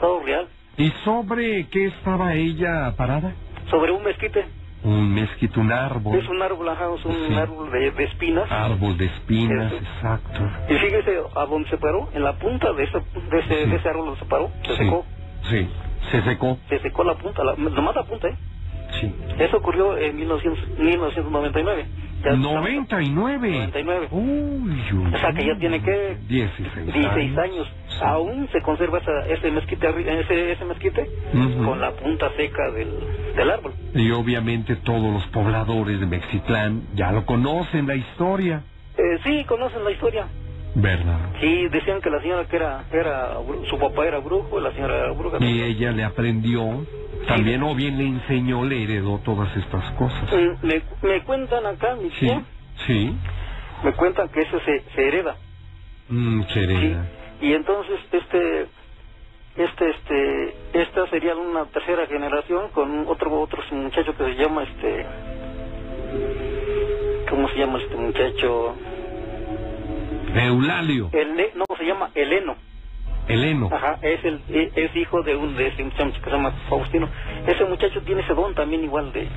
S3: todo real.
S4: ¿Y sobre qué estaba ella parada?
S3: Sobre un mezquite,
S4: Un mezquite, un árbol.
S3: es un árbol, ajá, es un
S4: Sí.
S3: árbol de, de espinas.
S4: Árbol de espinas,
S3: Eso.
S4: exacto.
S3: Y fíjese a dónde se paró, en la punta de ese, de ese,
S4: Sí.
S3: de ese árbol se paró, se
S4: Sí,
S3: secó,
S4: sí, se secó.
S3: se secó la punta, la, nomás la punta, ¿eh?
S4: Sí.
S3: Eso ocurrió en 1900 1999. Ya estamos-
S4: 99.
S3: 99.
S4: Uy, uy.
S3: O sea que ya tiene que
S4: 16
S3: 16 años.
S4: Sí.
S3: Aún se conserva esa- ese mezquite, arri- ese, ese mezquite
S4: Ujú.
S3: con la punta seca del, del árbol.
S4: Y obviamente todos los pobladores de Mexitlán ya lo conocen la historia,
S3: Eh, sí, conocen la historia.
S4: ¿verdad?
S3: Sí, decían que la señora que era, era bru- su papá era brujo, la señora era bruja.
S4: Y ella le aprendió, también o bien le enseñó, le heredó todas estas cosas.
S3: Mm, Me, me cuentan acá, mi
S4: Sí,
S3: tía,
S4: sí.
S3: me cuentan que eso se, se hereda.
S4: Mm, se hereda.
S3: Y entonces, este, este, este, esta sería una tercera generación con otro, otro muchacho que se llama, este, ¿cómo se llama este muchacho?
S4: Eulalio,
S3: El, no, se llama Heleno.
S4: Heleno.
S3: Ajá, es el e- es hijo de un de ese muchacho que se llama Faustino. Ese muchacho tiene ese don también igual de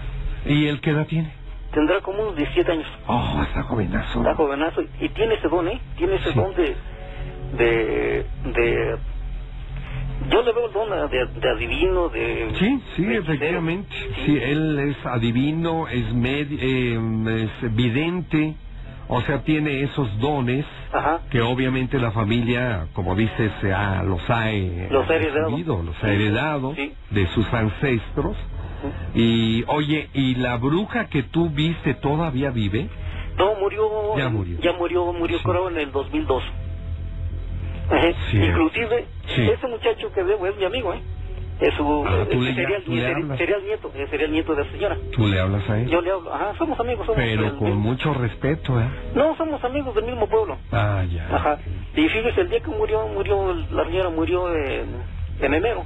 S4: ¿Y él qué edad tiene?
S3: tendrá como unos 17 años.
S4: Oh, está jovenazo.
S3: Está jovenazo y- y tiene ese don, ¿eh? Tiene ese
S4: Sí.
S3: don de de de yo le veo el don de, de adivino, de
S4: Sí, sí,
S3: de hechicero.
S4: efectivamente. Sí, él es adivino, es, med- eh, es vidente, o sea, tiene esos dones
S3: Ajá.
S4: que obviamente la familia, como dices, se ha- los ha, eh,
S3: Los ha heredado.
S4: recibido, los ha heredado
S3: Sí.
S4: de sus ancestros. Y oye, ¿y la bruja que tú viste todavía vive?
S3: No, murió
S4: Ya murió.
S3: ya murió, murió
S4: Sí.
S3: creo en el 2002. Ajá.
S4: Sí.
S3: Inclusive
S4: Sí.
S3: ese muchacho que veo es mi amigo, ¿eh? Es su
S4: Ah, tú le-
S3: sería, el-
S4: tú le
S3: sería-
S4: hablas.
S3: sería el nieto, eh, sería el nieto de la señora.
S4: Tú le hablas a él,
S3: Yo le hablo, ajá, somos amigos, somos
S4: pero
S3: del
S4: con
S3: mismo-
S4: mucho respeto, ¿eh?
S3: No, somos amigos del mismo pueblo.
S4: Ah, ya.
S3: Ajá. Y fíjese, el día que murió, murió la señora murió en, en enero,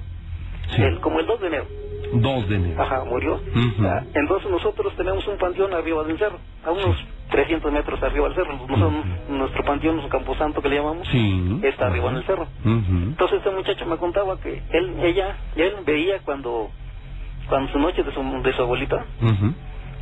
S4: Sí.
S3: el- como el 2 de enero.
S4: 2 de enero.
S3: Ajá, murió.
S4: Ujú.
S3: Ah, Entonces nosotros tenemos un panteón arriba del cerro, a unos 300 metros arriba del cerro. Nosotros- Nuestro panteón es un camposanto que le llamamos.
S4: Sí.
S3: Está arriba en el cerro.
S4: Ujú.
S3: Entonces este muchacho me contaba que él, ella, él veía cuando, cuando su noche de su, de su abuelita,
S4: Ujú.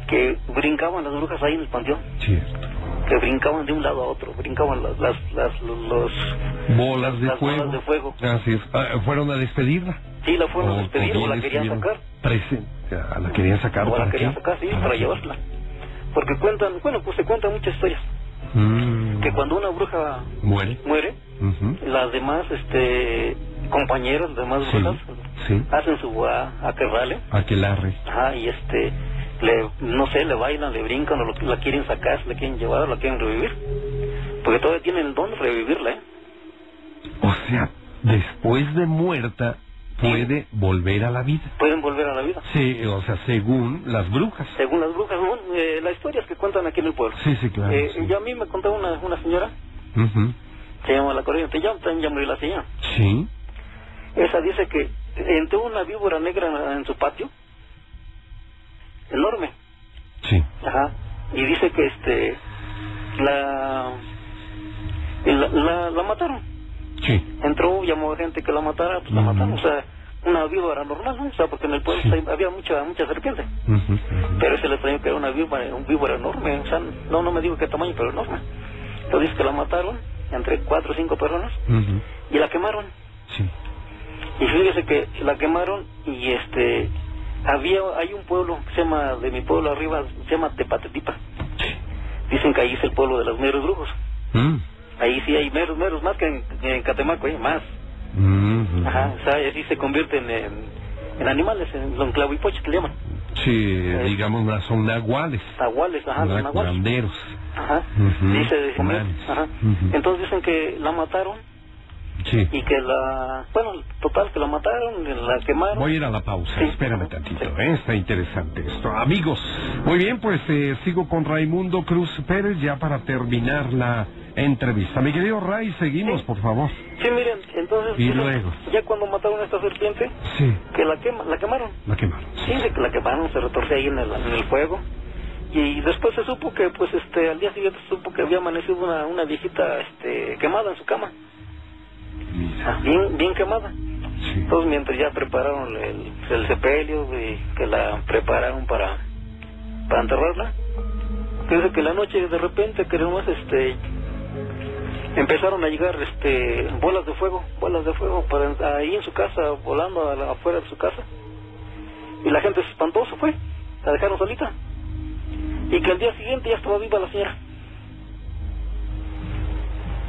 S3: que brincaban las brujas ahí en el panteón.
S4: Cierto.
S3: que brincaban de un lado a otro, brincaban las, las, las los, los-
S4: Bolas de
S3: las
S4: fuego.
S3: bolas de fuego.
S4: Así es. Ah, ¿Fueron a despedirla? Oh,
S3: Oh,
S4: pues
S3: pues Sí, la fueron a despedir o
S4: bien
S3: la querían
S4: estuvieron
S3: sacar,
S4: presen- ah, ¿La querían sacar
S3: o
S4: para
S3: la querían
S4: qué?
S3: sacar, Ah, sí, para
S4: qué?
S3: llevarla. Porque cuentan, bueno, pues se cuentan muchas historias,
S4: Mm.
S3: que cuando una bruja
S4: Muere.
S3: muere,
S4: Ujú.
S3: las demás este compañeras, las demás
S4: Sí,
S3: brujas,
S4: sí.
S3: hacen su a, a que vale,
S4: Aquelarre.
S3: ajá, y este, le, no sé, le bailan, le brincan, o lo- la quieren sacar, se la quieren llevar, o la quieren revivir. Porque todavía tienen el don de revivirla, ¿eh?
S4: O sea, después de muerta puede volver a la vida.
S3: Pueden volver a la vida.
S4: Sí, o sea, según las brujas.
S3: Según las brujas, ¿no? Eh, las historias que cuentan aquí en el pueblo.
S4: Sí, sí, claro.
S3: Eh,
S4: sí.
S3: Yo a mí me contaba una, una señora,
S4: Ujú.
S3: se llama La Corriente, ya, también ya murió la señora.
S4: Sí.
S3: Esa dice que entró una víbora negra en, en su patio, enorme,
S4: Sí.
S3: ajá, y dice que este, la, la, la, la mataron.
S4: Sí.
S3: Entró, llamó a gente que la matara, pues la
S4: Ujú.
S3: mataron, o sea, una víbora normal, ¿no? O sea, porque en el pueblo
S4: Sí.
S3: hay- había mucha, mucha serpiente.
S4: Ujú, ujú.
S3: Pero ese le extraño que era una víbora, un víbora enorme, o sea, no, no me digo qué tamaño, pero enorme. Entonces que la mataron entre cuatro o cinco personas
S4: Ujú.
S3: y la quemaron.
S4: Sí.
S3: Y fíjese que la quemaron y este, había, hay un pueblo que se llama, de mi pueblo arriba, se llama Tepatetipa. Dicen que ahí es el pueblo de los meros brujos.
S4: Mm.
S3: Ahí sí hay meros, meros, más que en, en Catemaco, ¿eh? más.
S4: Ujú.
S3: Ajá, o sea, así se convierten en, en animales, en don clavo y pocho que le llaman.
S4: Sí, digamos, na- son nahuales.
S3: Nahuales, ajá, Eh. Ah, los
S4: ¿verdad?
S3: nahuales.
S4: Curanderos.
S3: Ajá.
S4: Ujú.
S3: Dice, dice,
S4: Humanos.
S3: ajá.
S4: Ujú.
S3: Entonces dicen que la mataron
S4: Sí.
S3: y que la, bueno, total que la mataron, la quemaron.
S4: Voy a ir a la pausa,
S3: Sí.
S4: espérame tantito, ¿eh? está interesante esto. Amigos, muy bien, pues eh, sigo con Raimundo Cruz Pérez ya para terminar la entrevista. Mi querido Ray, seguimos,
S3: Sí.
S4: por favor.
S3: Sí, miren, entonces
S4: Y
S3: ya-
S4: luego.
S3: ya cuando mataron a esta serpiente,
S4: Sí,
S3: que la quema, la quemaron.
S4: la quemaron.
S3: Sí, de que la quemaron, se retorcía ahí en el, en el fuego. Y después se supo que, pues, este, al día siguiente se supo que había amanecido una, una viejita, este, quemada en su cama.
S4: Mira,
S3: Bien, bien quemada.
S4: sí.
S3: Entonces, mientras ya prepararon el, el sepelio, güey, que la prepararon para, para enterrarla, fíjense que la noche de repente que nomás, este empezaron a llegar este bolas de fuego, bolas de fuego para ahí en su casa, volando a la- afuera de su casa. Y la gente se espantó, se fue. la dejaron solita. Y que al día siguiente ya estaba viva la señora.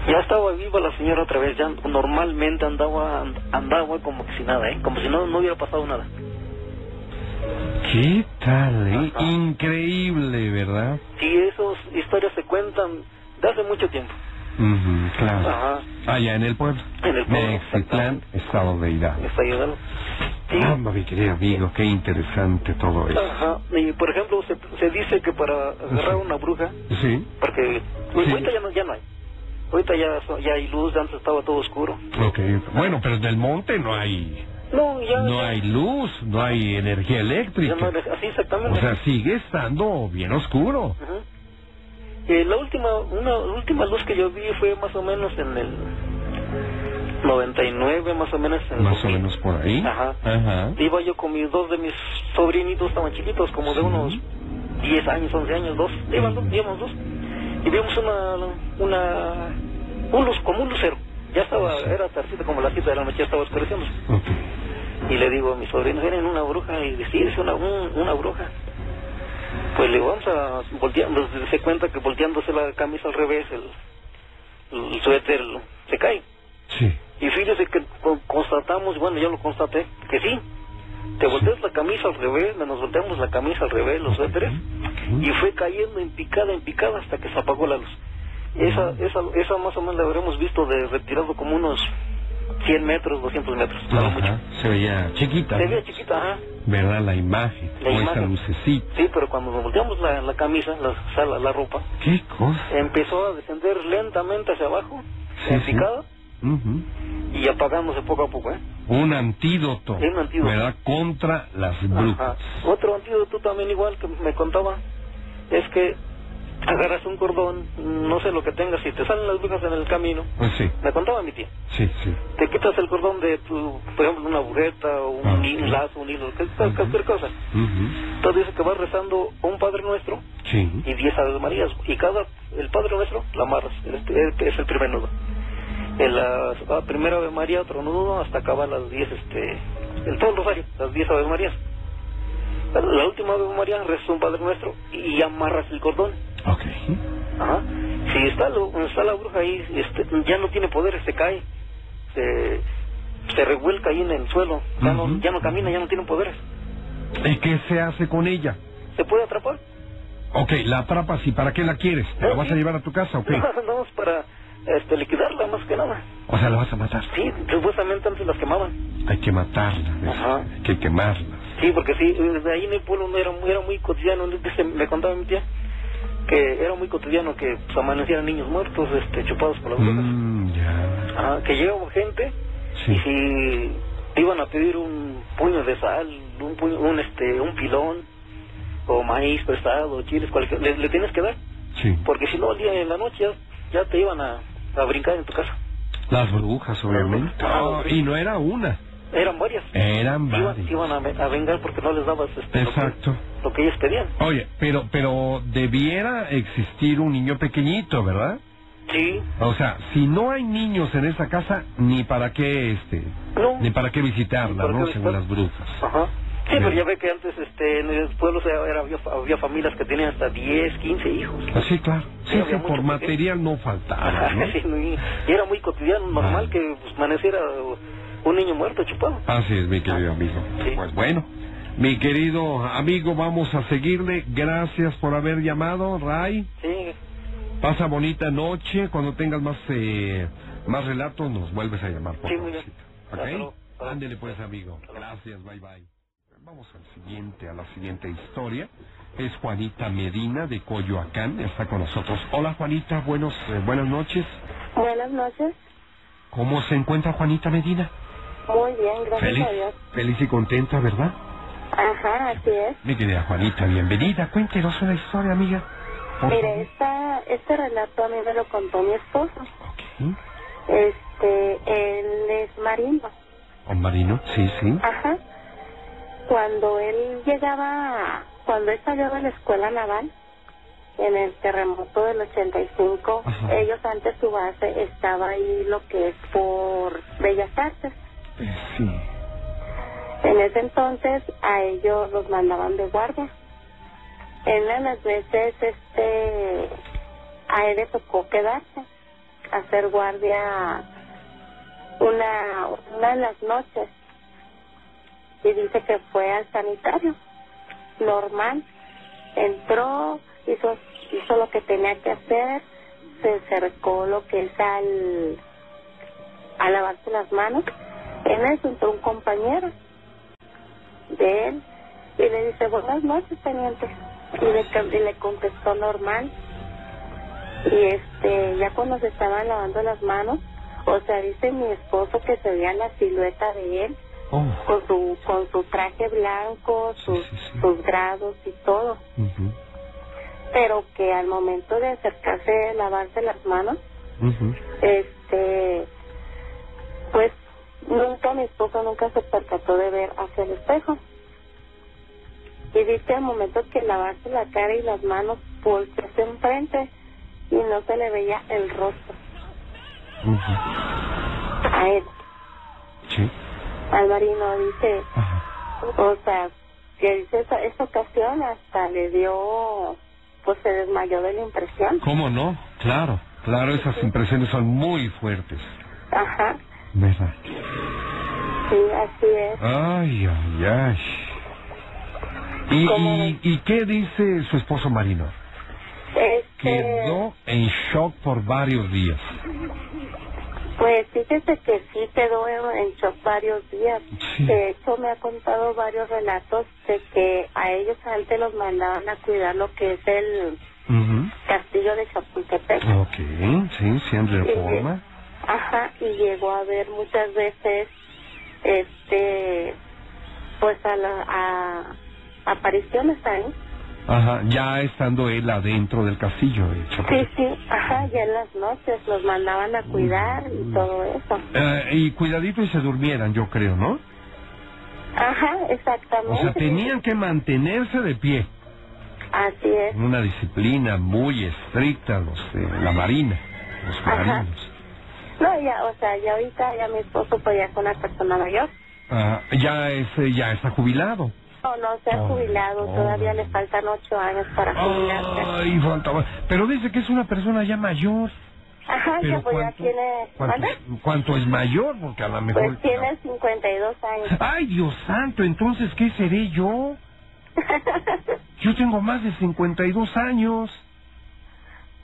S3: Ya estaba viva la señora otra vez, ya normalmente andaba andaba como que si nada, ¿eh? como si no, no hubiera pasado nada.
S4: ¿Qué tal? eh? Increíble, ¿verdad?
S3: Y esas historias se cuentan de hace mucho tiempo.
S4: Ujú, claro.
S3: Ajá.
S4: Allá en el pueblo.
S3: En el pueblo,
S4: Mexitlán, estado de Hidalgo.
S3: Está ayudando.
S4: Ah, mi querido amigo, qué interesante todo eso.
S3: Ajá. Y por ejemplo, se, se dice que para agarrar una bruja,
S4: Sí,
S3: porque ahorita ya no, ya no hay. Ahorita ya, so- ya hay luz, antes estaba todo oscuro.
S4: ok. Bueno, pero en el monte no hay,
S3: No, ya
S4: no hay luz, no hay energía
S3: Ya no
S4: eléctrica.
S3: era- así
S4: O
S3: exactamente.
S4: sea, sigue estando bien oscuro.
S3: Ajá. Eh, la última una la última luz que yo vi fue más o menos en el 99, más o menos en
S4: Más o menos por ahí.
S3: Ajá.
S4: Ajá.
S3: Iba yo con mis dos de mis sobrinitos, estaban chiquitos, como de unos 10 años, 11 años, dos. Iban dos, íbamos dos. Y vimos una, una, un luz, como un lucero. Ya estaba, era tardita, como las 7 de la noche, ya estaba oscureciendo.
S4: Ok.
S3: Y le digo a mis sobrinos, vienen una bruja, y dice, sí, es una, un- una bruja. Pues le vamos a voltear, pues, se cuenta que volteándose la camisa al revés, el, el suéter el- se cae.
S4: Sí.
S3: Y fíjese que con- constatamos, bueno, yo lo constaté, que sí. Te volteas la camisa al revés, nos volteamos la camisa al revés, los suéteres, y fue cayendo en picada, en picada, hasta que se apagó la luz. Esa, esa, esa más o menos la habremos visto de retirado como unos 100 metros, 200 metros. a lo mucho.
S4: Ajá. Se veía chiquita,
S3: Se veía chiquita, ajá.
S4: ¿verdad? La imagen,
S3: La
S4: o esa
S3: imagen.
S4: lucecita.
S3: Sí, pero cuando nos volteamos la, la camisa, la, o sea, la, la ropa,
S4: ¿Qué cosa?
S3: empezó a descender lentamente hacia abajo,
S4: Sí,
S3: en
S4: sí.
S3: picada,
S4: Ujú.
S3: y apagándose poco a poco, ¿eh?
S4: Un antídoto,
S3: Un antídoto.
S4: ¿verdad? Contra las
S3: Ajá.
S4: brujas.
S3: Otro antídoto también igual que me contaba es que agarras un cordón, no sé lo que tengas, si te salen las brujas en el camino,
S4: Pues sí,
S3: me contaba mi tía,
S4: sí, sí.
S3: te quitas el cordón de tu, por ejemplo, una burreta o un,
S4: Ah,
S3: hi- un
S4: sí.
S3: lazo, un hilo, que- cualquier cosa.
S4: Ujú.
S3: Entonces dice que vas rezando un Padre Nuestro
S4: Sí.
S3: y 10 Ave Marías. Y cada, el Padre Nuestro, la amarras. Este es el primer nudo. En la, la primera Ave María, otro nudo, hasta acabar las 10, este, el todo el rosario, las 10 Ave Marías. La, la última Ave María, rezas un Padre Nuestro y amarras el cordón.
S4: Ok.
S3: Ajá. Si está, lo- está la bruja ahí, este, ya no tiene poder, se cae, se, se revuelca ahí en el suelo, ya,
S4: Ujú.
S3: no, ya no camina, ya no tiene poderes.
S4: ¿Y qué se hace con ella?
S3: ¿Se puede atrapar?
S4: Ok, la atrapas y ¿para qué la quieres? ¿Te la vas a llevar a tu casa o qué?
S3: No, no, es para este, liquidarla más que nada.
S4: O sea, la vas a matar.
S3: Sí, pues, supuestamente antes las quemaban.
S4: Hay que matarla, ¿ves?
S3: Ajá.
S4: hay que quemarla.
S3: Sí, porque sí, desde ahí en el pueblo no era, muy- era muy cotidiano. Dice, me contaba mi tía que era muy cotidiano que pues, amanecieran niños muertos, este, chupados por las brujas.
S4: Mm, ya.
S3: Ajá, que llegaba gente
S4: Sí.
S3: y si te iban a pedir un puño de sal, un puño, un este, un pilón o maíz prestado, chiles, cualquier, le, le tienes que dar,
S4: Sí.
S3: porque si no al día en la noche ya, ya te iban a, a brincar en tu casa.
S4: Las brujas, obviamente.
S3: Las brujas.
S4: Ah, y no era una.
S3: Eran varias.
S4: Eran
S3: Iban-
S4: varias.
S3: Iban, a, ve- a vengar porque no les dabas este, lo que-
S4: Exacto.
S3: Lo, que, ellos pedían.
S4: Oye, pero, pero debiera existir un niño pequeñito, ¿verdad?
S3: Sí.
S4: O sea, si no hay niños en esa casa, ni para qué, este,
S3: No.
S4: ni para qué visitarla,
S3: ¿Para qué
S4: ¿no?
S3: visitar?
S4: Según las brujas.
S3: Ajá. Sí,
S4: Bien.
S3: pero ya ve que antes este, en el pueblo o sea, era- había, había familias que tenían hasta 10, 15 hijos.
S4: Ah, Sí, claro. Sí,
S3: Sí,
S4: sí,
S3: había
S4: por
S3: mucho porque-
S4: material no faltaba, Ah, ¿no?
S3: Sí, no, y, y era muy cotidiano, normal
S4: Ah.
S3: que pues, amaneciera un niño muerto, chupado.
S4: Así es, mi querido amigo.
S3: Ah, Sí.
S4: Pues bueno, mi querido amigo, vamos a seguirle. Gracias por haber llamado, Ray.
S3: Sí.
S4: Pasa bonita noche. Cuando tengas más eh, más relatos, nos vuelves a llamar, por
S3: Sí, muy bien.
S4: favorcito.
S3: Hasta luego.
S4: ¿Ok? Ándele pues, amigo. Gracias, bye bye. Vamos al siguiente, a la siguiente historia. Es Juanita Medina de Coyoacán, está con nosotros. Hola Juanita, buenos, eh, buenas noches.
S8: Buenas noches.
S4: ¿Cómo se encuentra Juanita Medina?
S8: Muy bien, gracias
S4: Feliz,
S8: a Dios.
S4: feliz y contenta, ¿verdad?
S8: Ajá, así es.
S4: Mi querida Juanita, bienvenida. Cuéntenos una historia, amiga. Por
S8: Mire, esta, este relato a mí me lo contó mi esposo.
S4: favor. Ok.
S8: Este, él es marino.
S4: Don Marino, sí, sí.
S8: Ajá. Cuando él llegaba, cuando él salió de la escuela naval, en el terremoto del 85,
S4: Ajá.
S8: ellos antes su base estaba ahí lo que es por Bellas Artes.
S4: Eh, sí.
S8: En ese entonces a ellos los mandaban de guardia.
S3: En una de las veces, este, a él le tocó quedarse, hacer guardia una, una de las noches. Y dice que fue al sanitario, normal. Entró, hizo, hizo lo que tenía que hacer, se acercó lo que es al, a lavarse las manos. En eso entró un compañero de él y le dice, buenas noches, teniente. Y le, y le contestó normal. Y este, ya cuando se estaban lavando las manos, o sea, dice mi esposo que se veía la silueta de él con su con su traje blanco, sus, sus grados y todo. Pero que al momento de acercarse a lavarse las manos, este, pues nunca mi esposo nunca se percató de ver hacia el espejo. Y dice al momento que lavarse la cara y las manos, voltearse enfrente y no se le veía el rostro a él.
S4: Sí.
S3: Alvarino dice, o sea, que dice esa, esa ocasión hasta le dio, pues se desmayó de la impresión.
S4: ¿Cómo no? Claro, claro, esas impresiones son muy fuertes.
S3: Ajá,
S4: ¿Verdad?
S3: sí, así es.
S4: Ay, ay, ay. ¿Y, y, y qué dice su esposo Marino?
S3: Este,
S4: Quedó en shock por varios días.
S3: pues fíjese que sí quedó en, en shock varios días. De hecho, me ha contado varios relatos de que a ellos antes los mandaban a cuidar lo que es el castillo de Chapultepec.
S4: Ok, sí, siempre reforma.
S3: Ajá, y llegó a ver muchas veces, este, pues a, la, a apariciones ahí.
S4: Ajá, ya estando él adentro del castillo de
S3: Sí,
S4: Chapultepec.
S3: sí, ajá, ya en las noches los mandaban a cuidar y todo eso.
S4: Mm. Eh, y cuidadito y se durmieran, yo creo, ¿no?
S3: Ajá,
S4: O sea,
S3: exactamente.
S4: tenían que mantenerse de pie.
S3: Así es,
S4: en una disciplina muy estricta los de la marina, los
S3: Ajá.
S4: marinos.
S3: no, ya, o sea, ya ahorita ya mi esposo pues ya es una persona mayor.
S4: Ah, ya es, eh, ya está jubilado.
S3: No, no, se ha
S4: Ah,
S3: jubilado,
S4: oh.
S3: todavía le faltan ocho años para jubilarse.
S4: Ay, fantasma. Pero dice que es una persona ya mayor.
S3: Ajá,
S4: Pero
S3: que pues ya
S4: ¿cuánto-
S3: tiene,
S4: ¿Cuánto,
S3: ¿mande?
S4: cuánto es mayor? Porque a lo mejor...
S3: Pues tiene 52 años.
S4: Ay, Dios santo, entonces, ¿qué seré yo? Yo tengo más de 52 años.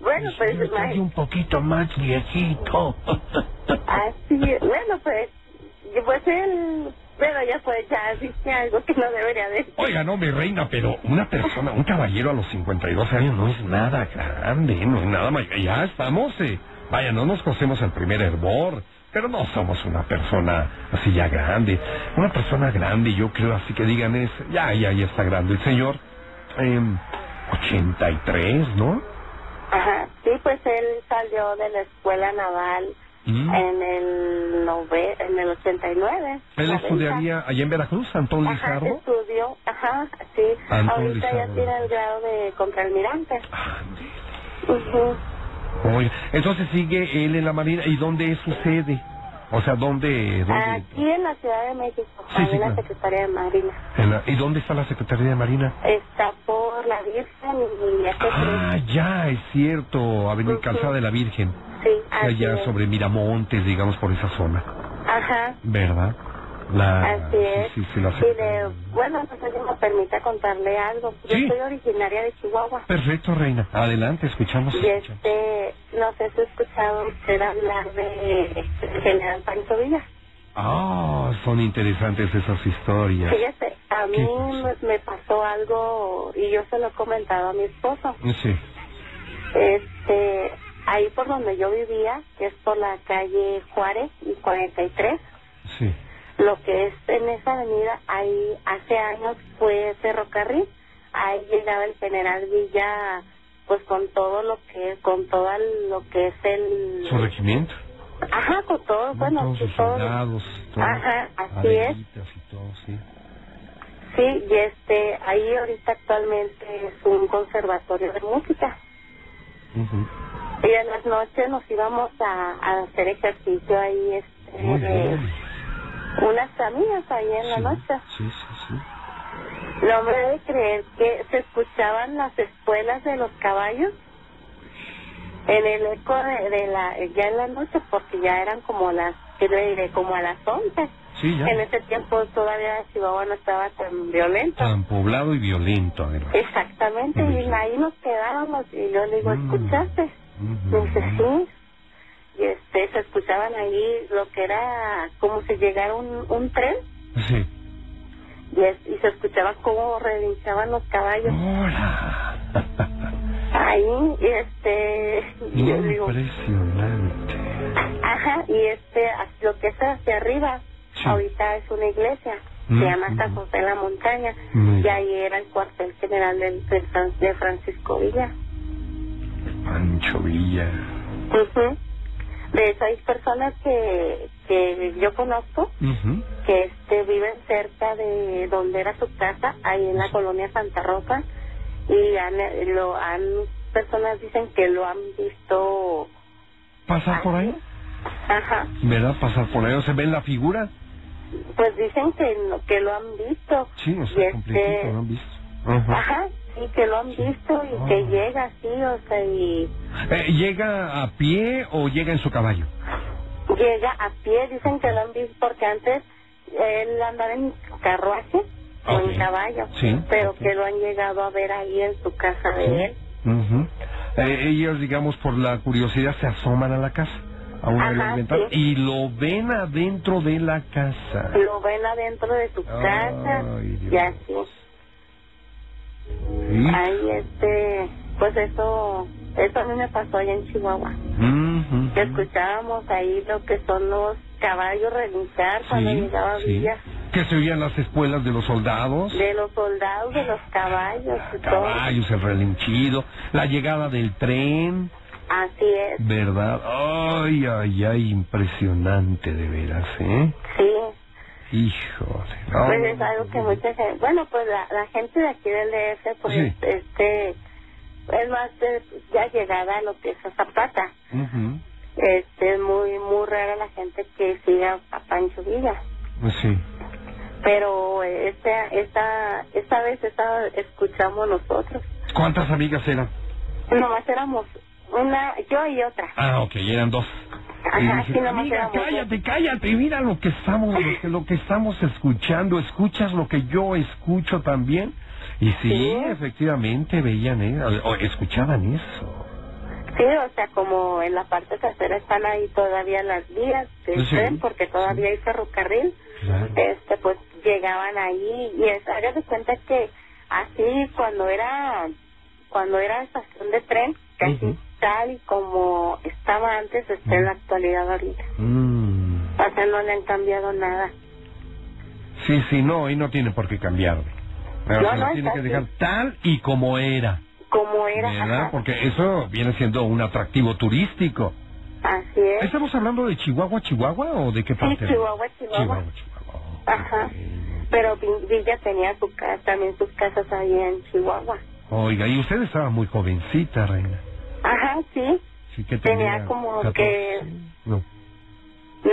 S3: Bueno, pues
S4: Yo
S3: imagínate.
S4: soy un poquito más viejito.
S3: Así, bueno, pues, yo, pues él, pero ya pues ya dice algo que no debería decir.
S4: Oiga, no, mi reina, pero una persona, un caballero a los 52 años no es nada grande, no es nada mayor. Ya estamos, eh, vaya, no nos cosemos el primer hervor, pero no somos una persona así ya grande. Una persona grande, yo creo, así que digan es, ya, ya, ya está grande el señor. em, 83, ¿no?
S3: Ajá, sí, pues él salió de la escuela naval
S4: Mm.
S3: en el nove, en el 89.
S4: Él
S3: 90.
S4: estudiaría allá en Veracruz, Antón
S3: Ajá,
S4: Lizardo.
S3: estudió, ajá, sí.
S4: Antón
S3: Ahorita
S4: Lizardo.
S3: ya tiene el grado de contraalmirante.
S4: Ah,
S3: Ujú.
S4: Oiga, Entonces sigue él en la marina, ¿y dónde sucede? O sea, ¿dónde? dónde
S3: Aquí en la Ciudad de México,
S4: Sí,
S3: ahí
S4: sí,
S3: en la
S4: claro.
S3: Secretaría de Marina.
S4: en la- ¿Y dónde está la Secretaría de Marina?
S3: Está por la Virgen y este
S4: Ah, ya, es cierto, Avenida y Calzada de la Virgen,
S3: Sí, así
S4: allá
S3: es.
S4: sobre Miramontes, digamos, por esa zona,
S3: Ajá.
S4: ¿verdad? La,
S3: Así es.
S4: Ah, Sí, sí, sí, la
S3: Y de, bueno, no sé si me permita contarle algo. Yo
S4: Sí.
S3: soy originaria de Chihuahua.
S4: Perfecto, Reina. Adelante, escuchamos.
S3: Y este, no sé si ha escuchado usted hablar de del general Pancho Villa.
S4: Ah, son interesantes esas historias.
S3: Fíjese, a mí me, me pasó algo y yo se lo he comentado a mi esposo.
S4: Sí.
S3: Este, ahí por donde yo vivía, que es por la calle Juárez y 43,
S4: Sí.
S3: lo que es en esa avenida, ahí hace años fue ferrocarril, ahí llegaba el general Villa, pues con todo lo que, con todo lo que es el,
S4: Su regimiento,
S3: ajá, con todo, bueno,
S4: todos
S3: sí,
S4: sus
S3: todo-
S4: soldados, todo,
S3: ajá, así es,
S4: arenditas y todo, sí.
S3: sí, y este, ahí ahorita actualmente es un conservatorio de música,
S4: Ujú.
S3: y en las noches nos íbamos a, a hacer ejercicio ahí, este,
S4: Muy
S3: de
S4: bien.
S3: unas caminas ahí en la noche.
S4: Sí, sí, sí.
S3: No me debe creer que se escuchaban las espuelas de los caballos en el eco de, de la, ya en la noche, porque ya eran como las, ¿qué le diré? Como a las 11.
S4: Sí, ya.
S3: En ese tiempo todavía Chihuahua no estaba tan violento.
S4: Tan poblado y violento, además.
S3: Exactamente, y ahí nos quedábamos y yo le digo,
S4: Mm.
S3: ¿escuchaste? Me dice, sí. Y este, se escuchaban ahí lo que era como si llegara un, un tren
S4: Sí.
S3: y, es- y se escuchaba cómo relinchaban los caballos.
S4: Ah.
S3: Ahí, y este, y
S4: Mm,
S3: yo digo,
S4: Impresionante.
S3: ajá, y este, as- lo que es hacia arriba, ahorita es una iglesia,
S4: Mm,
S3: se llama San José de la Montaña,
S4: Mm.
S3: y ahí era el cuartel general del- del Fran- de Francisco Villa.
S4: Pancho Villa.
S3: Ujú. De hecho, hay personas que, que yo conozco
S4: Ujú.
S3: que este, viven cerca de donde era su casa, ahí en la colonia Santa Rosa, y han, lo han, personas dicen que lo han visto,
S4: ¿Pasar por ahí?
S3: ajá,
S4: ¿Verdad? ¿Pasar por ahí? ¿O se ve la figura?
S3: pues dicen que, no- que lo han visto.
S4: Sí, o
S3: Y
S4: sea,
S3: este-
S4: completito, ¿no han visto? Ajá.
S3: Ajá, sí, que lo han visto y
S4: Ah.
S3: que llega así, o sea, y
S4: Eh, ¿Llega a pie o llega en su caballo?
S3: llega a pie, dicen que lo han visto porque antes él andaba en carruaje o en caballo,
S4: Ah, Sí,
S3: pero que lo han llegado a ver ahí en su casa de él.
S4: Ujú. Eh, ellos, digamos, por la curiosidad, se asoman a la casa, a una
S3: Ajá,
S4: ventana,
S3: sí.
S4: y lo ven adentro de la casa.
S3: Lo ven adentro de su casa y así.
S4: Sí.
S3: Ahí este, pues eso, eso a mí me pasó allá en Chihuahua.
S4: Ujú.
S3: Que escuchábamos ahí lo que son los caballos relinchar cuando
S4: Sí,
S3: llegaba a
S4: sí.
S3: Villa.
S4: Que se oían las espuelas de los soldados,
S3: De los soldados, de los caballos y todo.
S4: caballos, el relinchido, la llegada del tren,
S3: Así es,
S4: ¿verdad? Ay, ay, ay, impresionante de veras, ¿eh?
S3: sí.
S4: Híjole. no.
S3: Pues es algo que mucha gente... Bueno, pues la, la gente de aquí del DF, pues
S4: Sí.
S3: este... Es más, eh, ya llegada a lo que es a Zapata.
S4: Ujú.
S3: Este, es muy, muy rara la gente que siga a Pancho Villa.
S4: Sí.
S3: Pero eh, esta, esta, esta vez esta, escuchamos nosotros.
S4: ¿Cuántas amigas eran?
S3: Nomás éramos una, yo y otra.
S4: Ah, ok, eran dos. Y
S3: Ajá,
S4: dije,
S3: sí, nomás
S4: "Amiga,
S3: éramos dos".
S4: cállate, cállate, mira lo que estamos, lo que, lo que estamos escuchando, escuchas lo que yo escucho también. Y sí, efectivamente veían, eh, o- o escuchaban eso.
S3: Sí, o sea, como en la parte trasera están ahí todavía las vías del
S4: Sí.
S3: tren, porque todavía hay ferrocarril, este, pues llegaban ahí y es, hágase cuenta que así cuando era, cuando era estación de tren, casi tal y como estaba antes, está en la actualidad ahorita.
S4: Mm.
S3: O sea, no le han cambiado nada.
S4: Sí, sí, no, y no tiene por qué cambiarlo. Pero
S3: No,
S4: se lo
S3: no,
S4: tiene
S3: está
S4: que
S3: así.
S4: dejar tal y como era,
S3: Como era,
S4: ¿verdad?
S3: ajá,
S4: Porque eso viene siendo un atractivo turístico.
S3: así es.
S4: ¿Estamos hablando de Chihuahua, Chihuahua o de qué
S3: Sí,
S4: parte?
S3: Chihuahua, Chihuahua.
S4: Chihuahua,
S3: Ajá. Pero Vi- Villa tenía su casa, también sus casas ahí en Chihuahua.
S4: Oiga, y usted estaba muy jovencita, reina.
S3: Ajá, sí.
S4: Sí, que tenía,
S3: Tenía como
S4: 14.
S3: que...
S4: No.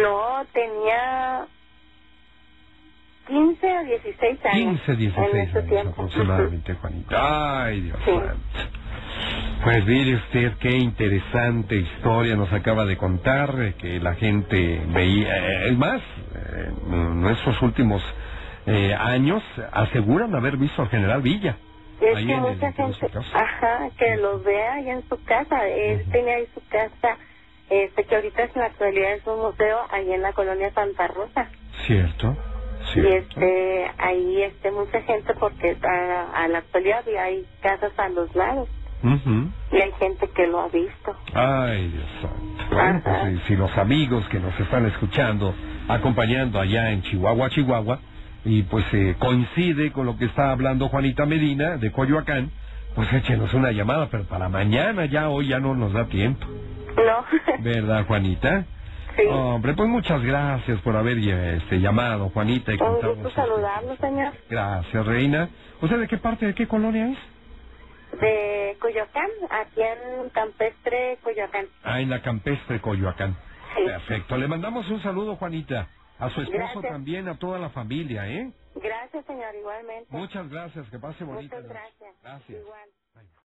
S3: No, tenía 15 a 16 años.
S4: 15, 16 años aproximadamente, Juanita. Ay, Dios santo. Pues mire usted qué interesante historia nos acaba de contar, eh, que la gente veía. eh, Es más, eh, en nuestros últimos eh, años aseguran haber visto al general Villa.
S3: Es
S4: ahí
S3: que
S4: en el
S3: mucha
S4: interior de su
S3: gente,
S4: casa.
S3: ajá, que los vea ahí en su casa. Él tenía ahí su casa, este, que ahorita en la actualidad es un museo, ahí en la colonia Santa Rosa.
S4: Cierto,
S3: Y
S4: cierto.
S3: este, ahí este, mucha gente, porque a, a la actualidad ya hay casas a los lados
S4: Ujú.
S3: y hay gente que lo ha visto.
S4: Ay, Dios santo. Bueno, pues, si, si los amigos que nos están escuchando, acompañando allá en Chihuahua, Chihuahua, y pues eh, coincide con lo que está hablando Juanita Medina de Coyoacán, pues échenos una llamada, pero para mañana ya, hoy ya no nos da tiempo.
S3: No,
S4: ¿Verdad, Juanita?
S3: Sí.
S4: Hombre, pues muchas gracias por haber eh, este, llamado, Juanita. Y
S3: un
S4: contarnos
S3: gusto
S4: sus-
S3: saludarlo, señor.
S4: Gracias, Reina. ¿Usted de qué parte, de qué colonia es?
S3: De Coyoacán, aquí en Campestre, Coyoacán.
S4: Ah, en la campestre Coyoacán. Perfecto. Le mandamos un saludo, Juanita. A su esposo
S3: Gracias.
S4: también, a toda la familia, ¿eh?
S3: Gracias, señor, igualmente.
S4: Muchas gracias, que pase bonita
S3: Muchas
S4: noche.
S3: gracias.
S4: Gracias.
S3: Igual.
S4: Bye.